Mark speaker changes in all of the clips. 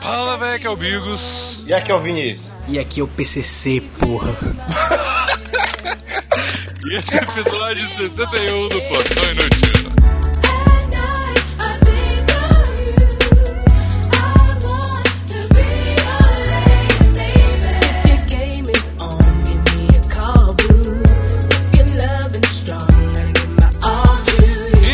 Speaker 1: Fala, velho, que é o Bigos.
Speaker 2: E aqui é o Vinícius.
Speaker 3: E aqui é o PCC, porra.
Speaker 1: E esse é o episódio 61 do Plantão Inútil.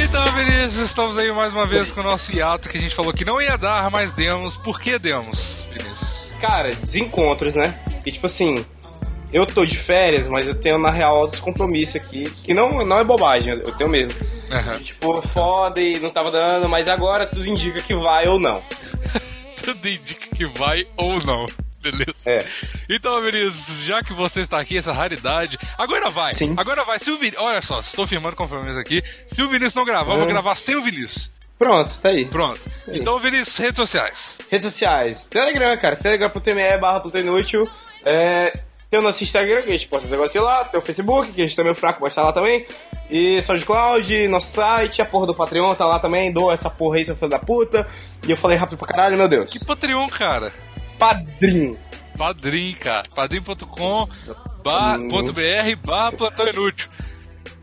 Speaker 1: Então, Vinícius, estamos aí mais uma vez com o nosso hiato que a gente falou que não ia dar, mas demos. Por que demos, Vinícius?
Speaker 2: Cara, desencontros, né? E tipo assim, eu tô de férias, mas eu tenho na real outros compromissos aqui, que não, não é bobagem, eu tenho mesmo.
Speaker 1: Aham.
Speaker 2: Tipo, foda e não tava dando, mas agora tudo indica que vai ou não.
Speaker 1: Tudo indica que vai ou não. Beleza.
Speaker 2: É.
Speaker 1: Então, Vinícius, já que você está aqui, essa raridade, agora vai.
Speaker 2: Sim.
Speaker 1: Agora vai. Se o Vin... Olha só, estou firmando compromisso aqui. Se o Vinícius não gravar, eu vou gravar sem o Vinícius.
Speaker 2: Pronto, tá aí.
Speaker 1: Pronto.
Speaker 2: Aí.
Speaker 1: Então, Vinícius, redes sociais.
Speaker 2: Redes sociais. Telegram, cara. Telegram.me barra Plutão Inútil. É, tem o nosso Instagram, que a gente posta os negócios lá. Tem o Facebook, que a gente tá meio fraco, mas tá lá também. E SoundCloud, nosso site, a porra do Patreon tá lá também. Doa essa porra aí, seu filho da puta. E eu falei rápido pra caralho, meu Deus.
Speaker 1: Que Patreon, cara.
Speaker 2: padrinho.
Speaker 1: Padrim, cara. Padrim.com ba- ponto br barra Plantão Inútil.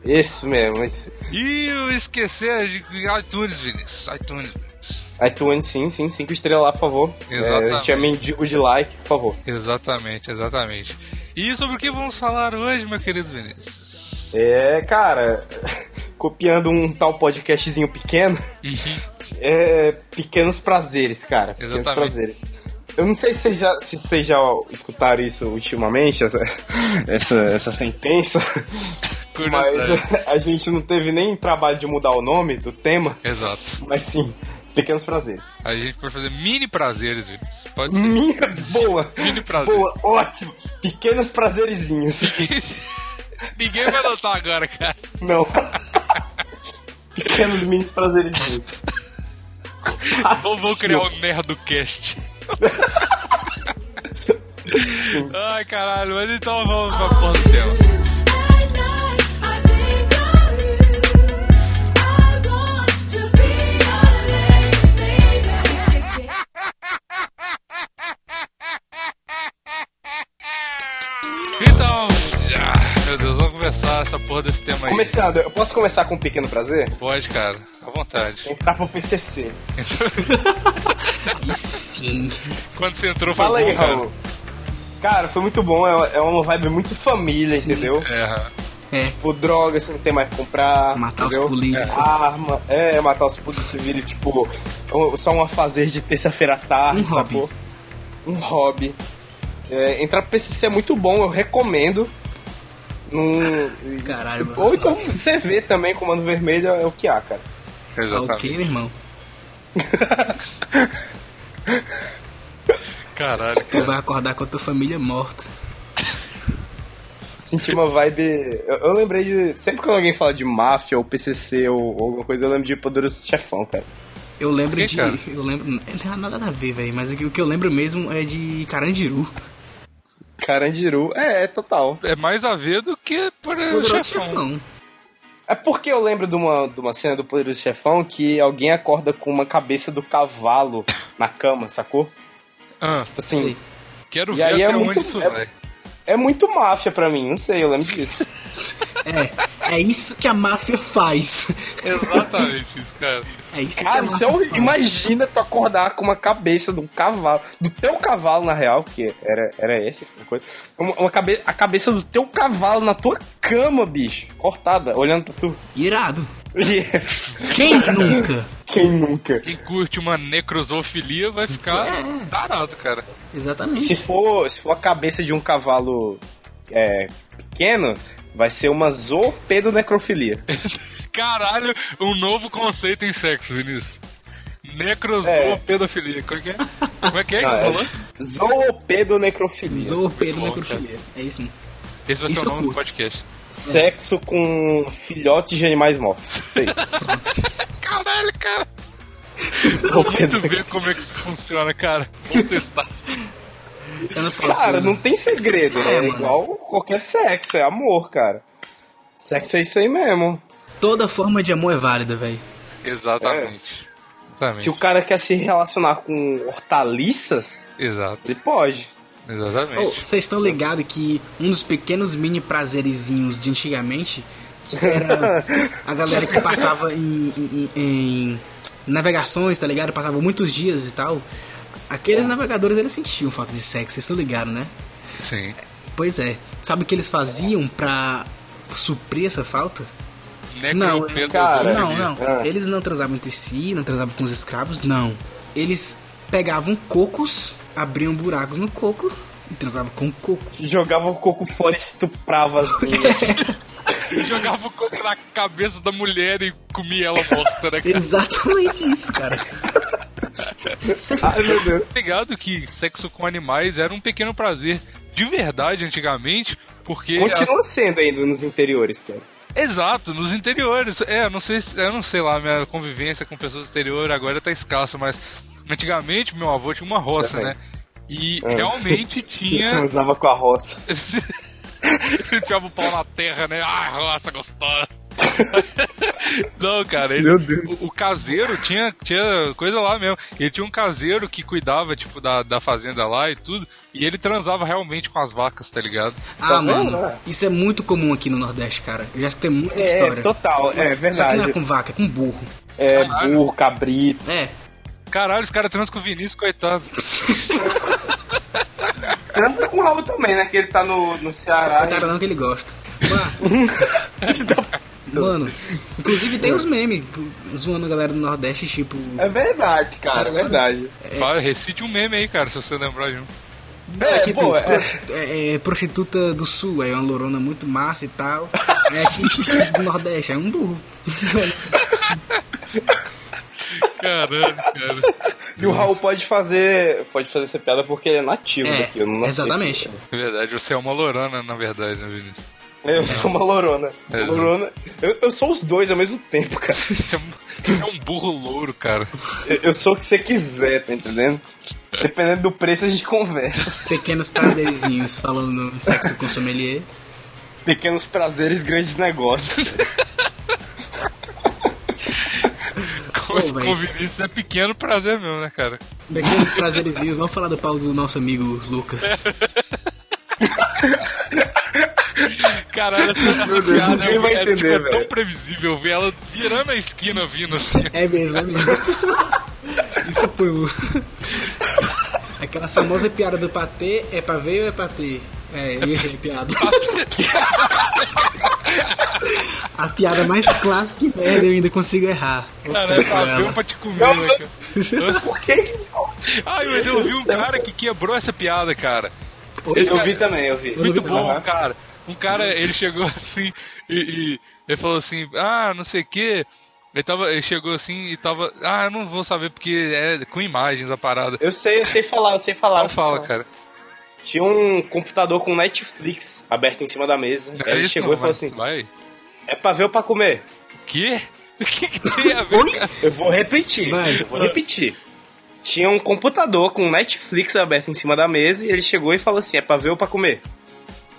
Speaker 2: Isso mesmo. Esse.
Speaker 1: E eu esquecer de iTunes, Vinícius. iTunes, Vinícius.
Speaker 2: iTunes, sim, sim. Cinco estrelas lá, por favor.
Speaker 1: Exatamente.
Speaker 2: É, eu tinha mendigo de like, por favor.
Speaker 1: Exatamente, exatamente. E sobre o que vamos falar hoje, meu querido Vinícius?
Speaker 2: É, cara... Copiando um tal podcastzinho pequeno... É, pequenos prazeres, cara. Pequenos
Speaker 1: Uhum. Exatamente.
Speaker 2: prazeres. Eu não sei se vocês já, se vocês já escutaram isso ultimamente, essa, essa, essa sentença,
Speaker 1: Curiosidade.
Speaker 2: mas a gente não teve nem trabalho de mudar o nome do tema,
Speaker 1: Exato.
Speaker 2: mas sim, pequenos prazeres.
Speaker 1: A gente pode fazer mini prazeres, Vinícius. Pode ser.
Speaker 2: Minha, boa,
Speaker 1: Mini prazeres.
Speaker 2: boa, ótimo, pequenos prazerezinhos.
Speaker 1: Ninguém vai notar agora, cara.
Speaker 2: Não. Pequenos mini prazerezinhos.
Speaker 1: Vou, vou criar o Nerdcast. Ai, caralho. Mas então vamos pra porra do tema. Então, ah, meu Deus, vamos começar essa porra desse tema aí.
Speaker 2: Começando, eu posso começar com um pequeno prazer?
Speaker 1: Pode, cara. À vontade.
Speaker 2: Entrar pro PCC.
Speaker 3: Isso sim.
Speaker 1: Quando você entrou, foi
Speaker 2: Fala aí,
Speaker 1: bom, cara.
Speaker 2: Raul. Cara, foi muito bom. É é uma vibe muito família,
Speaker 3: Sim.
Speaker 2: entendeu?
Speaker 1: É,
Speaker 3: É,
Speaker 2: Tipo, droga, você não tem mais que comprar.
Speaker 3: matar os
Speaker 2: entendeu?
Speaker 3: polícias.
Speaker 2: Arma, é, matar os polícias vira, tipo, um- só um afazer de terça-feira à tarde,
Speaker 3: Um hobby.
Speaker 2: sacou? Um hobby. É, entrar pro PCC é muito bom, eu recomendo. Num...
Speaker 3: Caralho, mano.
Speaker 2: Ou então você vê também, Comando Vermelho é o que há, cara.
Speaker 3: Ah,
Speaker 1: exatamente.
Speaker 3: ok, meu irmão.
Speaker 1: Caralho,
Speaker 3: Tu
Speaker 1: cara.
Speaker 3: vai acordar com a tua família morta.
Speaker 2: Senti uma vibe. Eu, eu lembrei de. Sempre que alguém fala de máfia ou PCC ou, ou alguma coisa, eu lembro de Poderoso Chefão, cara.
Speaker 3: Eu lembro
Speaker 1: Por que,
Speaker 3: de.
Speaker 1: cara?
Speaker 3: Eu lembro. Não tem nada a ver, velho. Mas o que, o que eu lembro mesmo é de Carandiru.
Speaker 2: Carandiru, é, é total.
Speaker 1: É mais a ver do que por
Speaker 3: Poderoso
Speaker 1: chefão.
Speaker 3: chefão.
Speaker 2: É porque eu lembro de uma, de uma cena do Poderoso Chefão que alguém acorda com uma cabeça do cavalo na cama, sacou?
Speaker 1: Ah,
Speaker 2: Tipo Assim,
Speaker 3: Sei.
Speaker 1: quero
Speaker 2: E
Speaker 1: ver
Speaker 2: aí
Speaker 1: até
Speaker 2: é
Speaker 1: onde
Speaker 2: muito-
Speaker 1: isso
Speaker 2: é-
Speaker 1: vai.
Speaker 2: é muito máfia pra mim, não sei, eu lembro disso.
Speaker 3: É. É isso que a máfia faz.
Speaker 1: Exatamente isso, cara.
Speaker 3: É isso que a
Speaker 2: Cara,
Speaker 3: máfia
Speaker 2: você
Speaker 3: faz.
Speaker 2: imagina tu acordar com uma cabeça de um cavalo, do teu cavalo na real, que era, era essa essa coisa. Uma, uma cabe a cabeça do teu cavalo na tua cama, bicho, cortada, olhando pra tu.
Speaker 3: Irado.
Speaker 2: E-
Speaker 3: Quem nunca?
Speaker 2: Quem nunca?
Speaker 1: Quem curte uma necrosofilia vai ficar
Speaker 2: É.
Speaker 1: tarado, cara.
Speaker 3: Exatamente.
Speaker 2: Se for, se for a cabeça de um cavalo é, pequeno, vai ser uma zoopedonecrofilia.
Speaker 1: Caralho, um novo conceito em sexo, Vinícius. Necrosopedofilia. Como é que é? Como é que é que
Speaker 2: Não,
Speaker 1: você
Speaker 2: é
Speaker 1: falou?
Speaker 2: zoopedonecrofilia.
Speaker 3: Zoopedo
Speaker 1: Muito bom,
Speaker 3: necrofilia. É isso. né?
Speaker 1: Esse vai ser
Speaker 3: isso
Speaker 1: o nome do
Speaker 3: curto.
Speaker 1: podcast.
Speaker 2: Sexo com filhotes de animais mortos. Isso aí.
Speaker 1: Caralho, cara. Muito
Speaker 2: Zoopedonecrofilia.
Speaker 1: ver como é que isso funciona, cara. Vamos testar.
Speaker 3: Ana Paula
Speaker 2: cara,
Speaker 3: Silva.
Speaker 2: não tem segredo, né?
Speaker 3: É,
Speaker 2: É
Speaker 3: mano.
Speaker 2: igual qualquer sexo, é amor, cara. Sexo é isso aí mesmo.
Speaker 3: Toda forma de amor é válida, velho.
Speaker 1: Exatamente.
Speaker 2: Se
Speaker 1: Exatamente.
Speaker 2: o cara quer se relacionar com hortaliças,
Speaker 1: Exato.
Speaker 2: ele pode.
Speaker 3: Ô,
Speaker 2: Oh,
Speaker 1: Exatamente.
Speaker 3: Vocês estão ligados que um dos pequenos mini prazerizinhos de antigamente que era a galera que passava em, em- em- em navegações, tá ligado? Passava muitos dias e tal. Aqueles navegadores eles sentiam falta de sexo, vocês estão ligados, né?
Speaker 1: Sim.
Speaker 3: Pois é. Sabe o que eles faziam pra suprir essa falta?
Speaker 1: Necropedofobia.
Speaker 2: cara,
Speaker 3: Não, não.
Speaker 2: Ah.
Speaker 3: Eles não transavam entre si, não transavam com os escravos, não. Eles pegavam cocos, abriam buracos no coco e transavam com o coco.
Speaker 2: Jogava o coco fora e estuprava as minhas.
Speaker 1: Jogava o coco na cabeça da mulher e comia ela morta, né, cara?
Speaker 3: Exatamente isso, cara. Isso é-
Speaker 2: Ai, meu Deus.
Speaker 1: Tá Ligado que sexo com animais era um pequeno prazer de verdade antigamente, porque
Speaker 2: Continua sendo ainda nos interiores, cara.
Speaker 1: Exato, nos interiores. É, eu não sei, se- eu não sei lá, minha convivência com pessoas do exterior agora tá escassa, mas antigamente meu avô tinha uma roça,
Speaker 2: Também.
Speaker 1: né? E
Speaker 2: É.
Speaker 1: realmente tinha.
Speaker 2: Transava com a roça.
Speaker 1: Tirava o pau na terra, né? Ah, roça gostosa. Não, cara, ele, O, o caseiro tinha, tinha coisa lá mesmo. Ele tinha um caseiro que cuidava, tipo, da, da fazenda lá e tudo. E ele transava realmente com as vacas, tá ligado?
Speaker 3: Ah,
Speaker 2: vendo,
Speaker 3: mano,
Speaker 2: né?
Speaker 3: isso é muito comum aqui no Nordeste, cara. Eu já escutei muita
Speaker 2: É,
Speaker 3: história.
Speaker 2: total, é
Speaker 3: Só que não é
Speaker 2: verdade.
Speaker 3: com vaca, é com burro.
Speaker 2: É
Speaker 1: Caralho.
Speaker 2: burro, cabrito.
Speaker 3: É.
Speaker 1: Caralho, os caras transam com o Vinícius, coitado.
Speaker 2: Transa É, com o Raul também, né? Que ele tá no, no Ceará.
Speaker 3: Cara, não que ele gosta. Mas- Mano, inclusive tem os memes zoando a galera do Nordeste, tipo.
Speaker 2: É verdade, cara, é verdade.
Speaker 1: Fala, recite um meme aí, cara, se você lembrar de um.
Speaker 2: É,
Speaker 3: tipo,
Speaker 2: boa, é.
Speaker 3: prosti- é, é, prostituta do sul, aí é uma lorona muito massa e tal. É aqui do Nordeste, é um burro.
Speaker 1: Caralho, cara.
Speaker 2: E o Raul pode fazer, pode fazer essa piada porque ele é nativo daqui. Eu não
Speaker 3: É,
Speaker 2: nasci
Speaker 3: exatamente.
Speaker 2: aqui.
Speaker 1: Na verdade, você é uma lorana, na verdade, né, Vinícius?
Speaker 2: Eu sou uma lorona.
Speaker 1: É.
Speaker 2: Lorona. Eu, eu sou os dois ao mesmo tempo, cara.
Speaker 1: Você é um- Você é um burro louro, cara.
Speaker 2: Eu- Eu sou o que você quiser, tá entendendo? Dependendo do preço, a gente conversa.
Speaker 3: Pequenos prazerzinhos falando sexo com sommelier.
Speaker 2: Pequenos prazeres, grandes negócios.
Speaker 1: Com,
Speaker 3: Ô,
Speaker 1: com o
Speaker 3: velho.
Speaker 1: Vinícius é pequeno prazer mesmo, né, cara?
Speaker 3: Pequenos prazerzinhos, vamos falar do pau do nosso amigo Lucas.
Speaker 1: Caralho, essa, essa
Speaker 2: Deus,
Speaker 1: piada
Speaker 2: ninguém
Speaker 1: eu-
Speaker 2: vai
Speaker 1: é,
Speaker 2: entender,
Speaker 1: tipo, é tão
Speaker 2: velho.
Speaker 1: previsível. Eu vi ela virando a esquina vindo assim.
Speaker 3: É mesmo, é mesmo. Isso foi o. Aquela famosa piada do patê, é pra ver ou é pra ter? É, eu errei a piada. a piada mais clássica e merda eu ainda consigo errar. Eu
Speaker 1: Cara, é
Speaker 3: consigo errar
Speaker 1: pra ver
Speaker 3: ela.
Speaker 1: ou pra te comer, né, cara?
Speaker 2: Por que?
Speaker 1: Ai, mas eu vi um cara que quebrou essa piada, cara. é
Speaker 3: Oi?
Speaker 2: Eu vi também, eu vi.
Speaker 3: não
Speaker 1: Muito
Speaker 3: vi
Speaker 1: bom,
Speaker 2: nada.
Speaker 1: cara. Um cara, ele chegou assim e, e ele falou assim, ah, não sei o quê. Ele, tava, ele chegou assim e tava. Ah, eu não vou saber porque é com imagens a parada.
Speaker 2: Eu sei, eu sei falar, eu sei falar.
Speaker 1: Não fala, cara.
Speaker 2: Tinha um computador com Netflix aberto em cima da mesa.
Speaker 1: Não
Speaker 2: Aí
Speaker 1: é
Speaker 2: ele
Speaker 1: isso
Speaker 2: chegou
Speaker 1: não,
Speaker 2: e falou
Speaker 1: vai-
Speaker 2: assim:
Speaker 1: Vai.
Speaker 2: É pra ver ou pra comer?
Speaker 1: Quê? O que, que tem a ver, cara?
Speaker 2: Eu vou repetir.
Speaker 3: Vai.
Speaker 2: Eu vou repetir. Tinha um computador com Netflix aberto em cima da mesa e ele chegou e falou assim: É pra ver ou pra comer?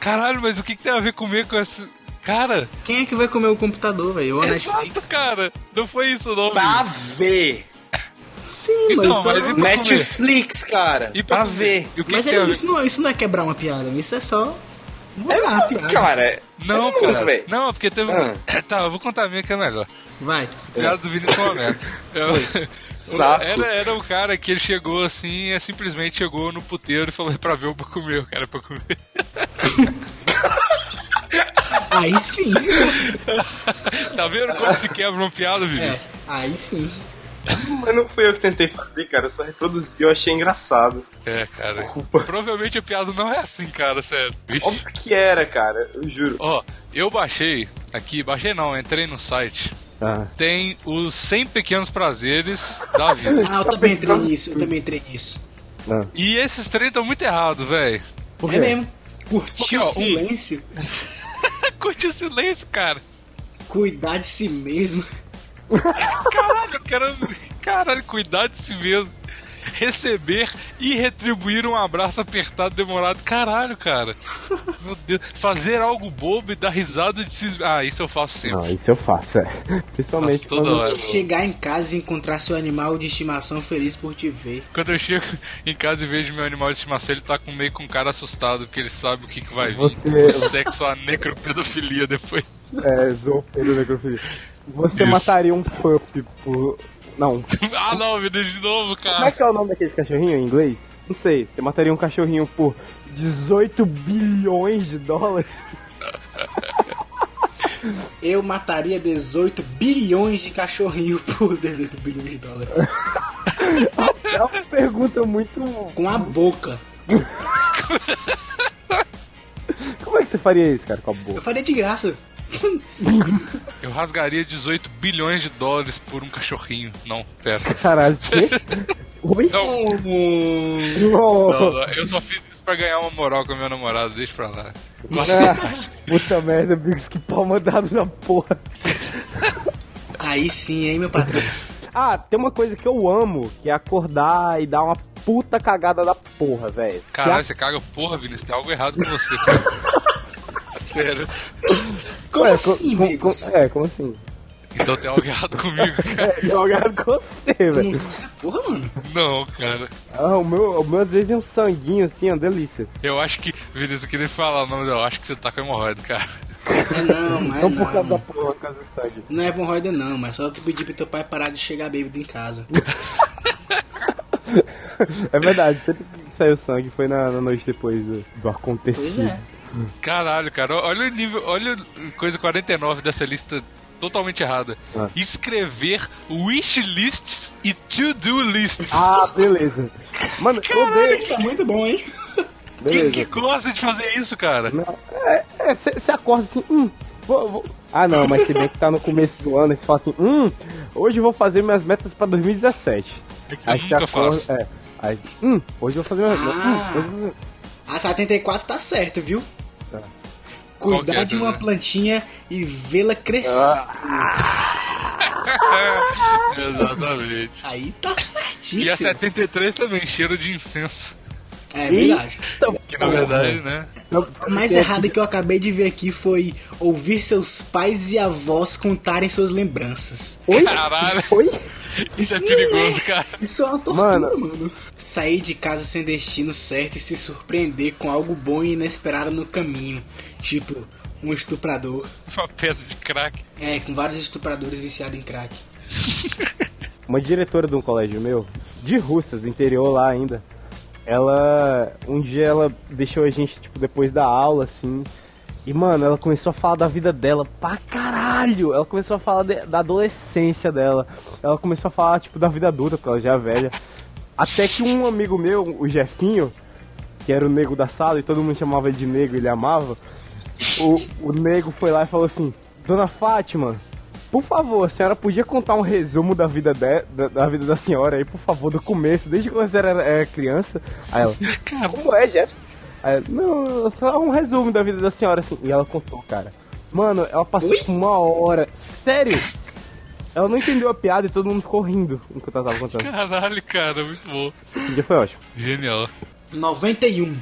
Speaker 1: Caralho, mas o que, que tem a ver comer com essa. Cara, é
Speaker 3: Quem é que vai comer o computador, velho? Ou a Netflix?
Speaker 1: cara, não foi isso não.
Speaker 2: Pra
Speaker 1: amigo.
Speaker 2: ver.
Speaker 3: Sim, mas
Speaker 1: Então,
Speaker 3: só.
Speaker 1: mas e pra comer?
Speaker 2: Netflix, cara.
Speaker 1: E
Speaker 2: pra
Speaker 1: comer?
Speaker 2: ver.
Speaker 1: E o que
Speaker 3: Mas
Speaker 1: que tem a
Speaker 3: é-
Speaker 1: ver?
Speaker 3: isso, não, isso não é quebrar uma piada, isso é só.
Speaker 2: É,
Speaker 3: Mudar a piada.
Speaker 2: Cara,
Speaker 1: Não,
Speaker 2: é muito,
Speaker 1: cara.
Speaker 2: velho.
Speaker 1: Não, porque teve.
Speaker 3: Ah.
Speaker 1: Tá, eu vou contar a minha que é melhor.
Speaker 3: Vai.
Speaker 1: Piada do Vinícius foi uma merda. Eu-
Speaker 2: Saco.
Speaker 1: Era, era um cara que ele chegou assim, e simplesmente chegou no puteiro e falou "É pra ver ou pra comer, o cara é pra comer.
Speaker 3: Aí sim.
Speaker 1: Tá vendo como se quebra uma piada,
Speaker 3: É,
Speaker 1: Vinícius?
Speaker 3: aí sim.
Speaker 2: Mas não fui eu que tentei fazer, cara. Eu só reproduzi, eu achei engraçado.
Speaker 1: É, cara. Provavelmente a piada não é assim, cara, sério. Vixe.
Speaker 2: Óbvio que era, cara, eu juro.
Speaker 1: Ó, eu baixei aqui, baixei não, entrei no site. Tem os 100 pequenos prazeres da vida.
Speaker 2: tá
Speaker 3: Ah, eu também entrei nisso, eu também entrei nisso.
Speaker 1: E esses três estão muito errados, velho.
Speaker 3: É mesmo.
Speaker 1: Porque,
Speaker 3: Curtir
Speaker 1: ó,
Speaker 3: o silêncio,
Speaker 1: Curte o silêncio, cara.
Speaker 3: cuidar de si mesmo.
Speaker 1: Caralho, eu quero. Caralho, cuidar de si mesmo. receber e retribuir um abraço apertado, demorado. Caralho, cara. Meu Deus. Fazer algo bobo e dar risada de se. Ah, isso eu faço sempre.
Speaker 2: Não, isso eu faço, é. Principalmente
Speaker 1: Faço toda
Speaker 2: quando-
Speaker 1: hora.
Speaker 3: Chegar em casa e encontrar seu animal de estimação feliz por te ver.
Speaker 1: Quando eu chego em casa e vejo meu animal de estimação, ele tá com meio com um cara assustado, porque ele sabe o que, que vai vir.
Speaker 2: Você-
Speaker 1: O sexo, a necropedofilia depois.
Speaker 2: É, zoopedo necrofilia. Você
Speaker 1: Isso.
Speaker 2: mataria um pup por. Não. um
Speaker 1: ah não, me deixa de novo,
Speaker 2: Como é
Speaker 1: cara.
Speaker 2: que é o nome daqueles cachorrinhos em inglês? Não sei. Você mataria um cachorrinho por 18 bilhões de dólares?
Speaker 3: Eu mataria 18 bilhões de cachorrinho por 18 bilhões de dólares.
Speaker 2: É uma pergunta muito.
Speaker 3: Com a boca.
Speaker 2: Como é que você faria isso, cara, com a
Speaker 3: Eu
Speaker 2: boca?
Speaker 3: faria de graça.
Speaker 1: Eu rasgaria 18 bilhões de dólares por um cachorrinho. Não, pera.
Speaker 2: Caralho, quê? Oi?
Speaker 1: Não,
Speaker 3: Como?
Speaker 1: Não,
Speaker 2: Não.
Speaker 1: não, eu só fiz isso pra ganhar uma moral com a minha namorada, deixa pra lá. Eu gosto-
Speaker 2: Puta merda, Biggs, que pau mandado na porra.
Speaker 3: Aí sim, hein, meu patrão.
Speaker 2: Ah, tem uma coisa que eu amo, que é acordar e dar uma puta cagada da porra, velho.
Speaker 1: Caralho, você caga porra, Vinícius, tem algo errado com você, cara. Sério.
Speaker 3: Como
Speaker 2: Ué, co-
Speaker 3: assim,
Speaker 2: co-
Speaker 3: amigo?
Speaker 2: co- É, como assim?
Speaker 1: Então tem algo errado comigo, cara.
Speaker 2: Jogaram com você, velho.
Speaker 3: Porra, mano.
Speaker 1: Não, cara.
Speaker 2: Ah, o meu, o meu às vezes é um sanguinho assim, é uma delícia.
Speaker 1: Eu acho que. Vinícius, eu queria falar o nome dela. Eu acho que você tá com hemorroida, cara.
Speaker 3: É não, mas
Speaker 2: Não por
Speaker 3: não.
Speaker 2: causa da
Speaker 3: mano.
Speaker 2: porra, por causa do sangue.
Speaker 3: Não é hemorroida não, mas só tu pedir pro teu pai parar de chegar bêbado em casa.
Speaker 2: É verdade, sempre que saiu sangue foi na, na noite depois do, do
Speaker 3: Pois
Speaker 2: acontecido.
Speaker 3: é.
Speaker 1: Caralho, cara. Olha o nível. Olha a coisa 49 dessa lista totalmente errada.
Speaker 2: Ah.
Speaker 1: Escrever wishlists e to-do lists.
Speaker 2: Ah, beleza. Mano, eu odeio.
Speaker 3: Isso é muito bom, hein?
Speaker 1: Quem que é?
Speaker 2: Beleza.
Speaker 1: gosta de fazer isso, cara?
Speaker 2: É, você acorda assim, hum, vou, vou- Ah não, mas se bem que tá no começo do ano, aí você fala assim, hum, hoje eu vou fazer minhas metas pra 2017.
Speaker 1: É que eu
Speaker 2: Aí você
Speaker 1: nunca
Speaker 2: acorda.
Speaker 1: faço.
Speaker 2: É, aí, hum, hoje eu vou fazer minhas metas.
Speaker 3: Ah.
Speaker 2: Hum, hoje eu vou fazer-
Speaker 3: A 74 tá certo, viu?
Speaker 2: Tá.
Speaker 1: Qual que
Speaker 3: Cuidar
Speaker 1: é,
Speaker 3: de uma
Speaker 1: José?
Speaker 3: plantinha e vê-la crescer.
Speaker 2: Ah.
Speaker 1: Exatamente.
Speaker 3: Aí tá
Speaker 1: E a
Speaker 3: certíssimo.
Speaker 1: 73 também, cheiro de incenso.
Speaker 3: É verdade.
Speaker 1: Que
Speaker 2: Ah,
Speaker 1: na
Speaker 2: é.
Speaker 1: verdade, né?
Speaker 3: A mais errada que eu acabei de ver aqui foi ouvir seus pais e avós contarem suas lembranças.
Speaker 2: Oi?
Speaker 1: Caralho.
Speaker 2: Oi?
Speaker 1: Isso é perigoso, cara.
Speaker 3: Isso é uma tortura,
Speaker 2: Mano.
Speaker 3: mano. Sair de casa sem destino certo e se surpreender com algo bom e inesperado no caminho. Tipo, um estuprador.
Speaker 1: Uma pedra de crack.
Speaker 3: É, com vários estupradores viciados em crack.
Speaker 2: Uma diretora de um colégio meu, de russas, do interior lá ainda, ela. Um dia ela deixou a gente, tipo, depois da aula, assim. E, mano, ela começou a falar da vida dela pra caralho! Ela começou a falar de- da adolescência dela. Ela começou a falar, tipo, da vida adulta, porque ela já é velha. Até que um amigo meu, o Jefinho, que era o nego da sala e todo mundo chamava ele de nego e ele amava, o, o nego foi lá e falou assim: Dona Fátima, por favor, a senhora podia contar um resumo da vida, de- da, da vida da senhora aí, por favor, do começo, desde quando você era, era criança? Aí ela, como é, Jefferson? Aí ela, não, só um resumo da vida da senhora, assim. E ela contou, cara. Mano, ela passou tipo, uma hora. Sério? Ela não entendeu a piada e todo mundo ficou rindo enquanto ela tava contando.
Speaker 1: Caralho, cara, muito bom.
Speaker 2: Esse dia foi ótimo.
Speaker 1: Genial.
Speaker 3: 91.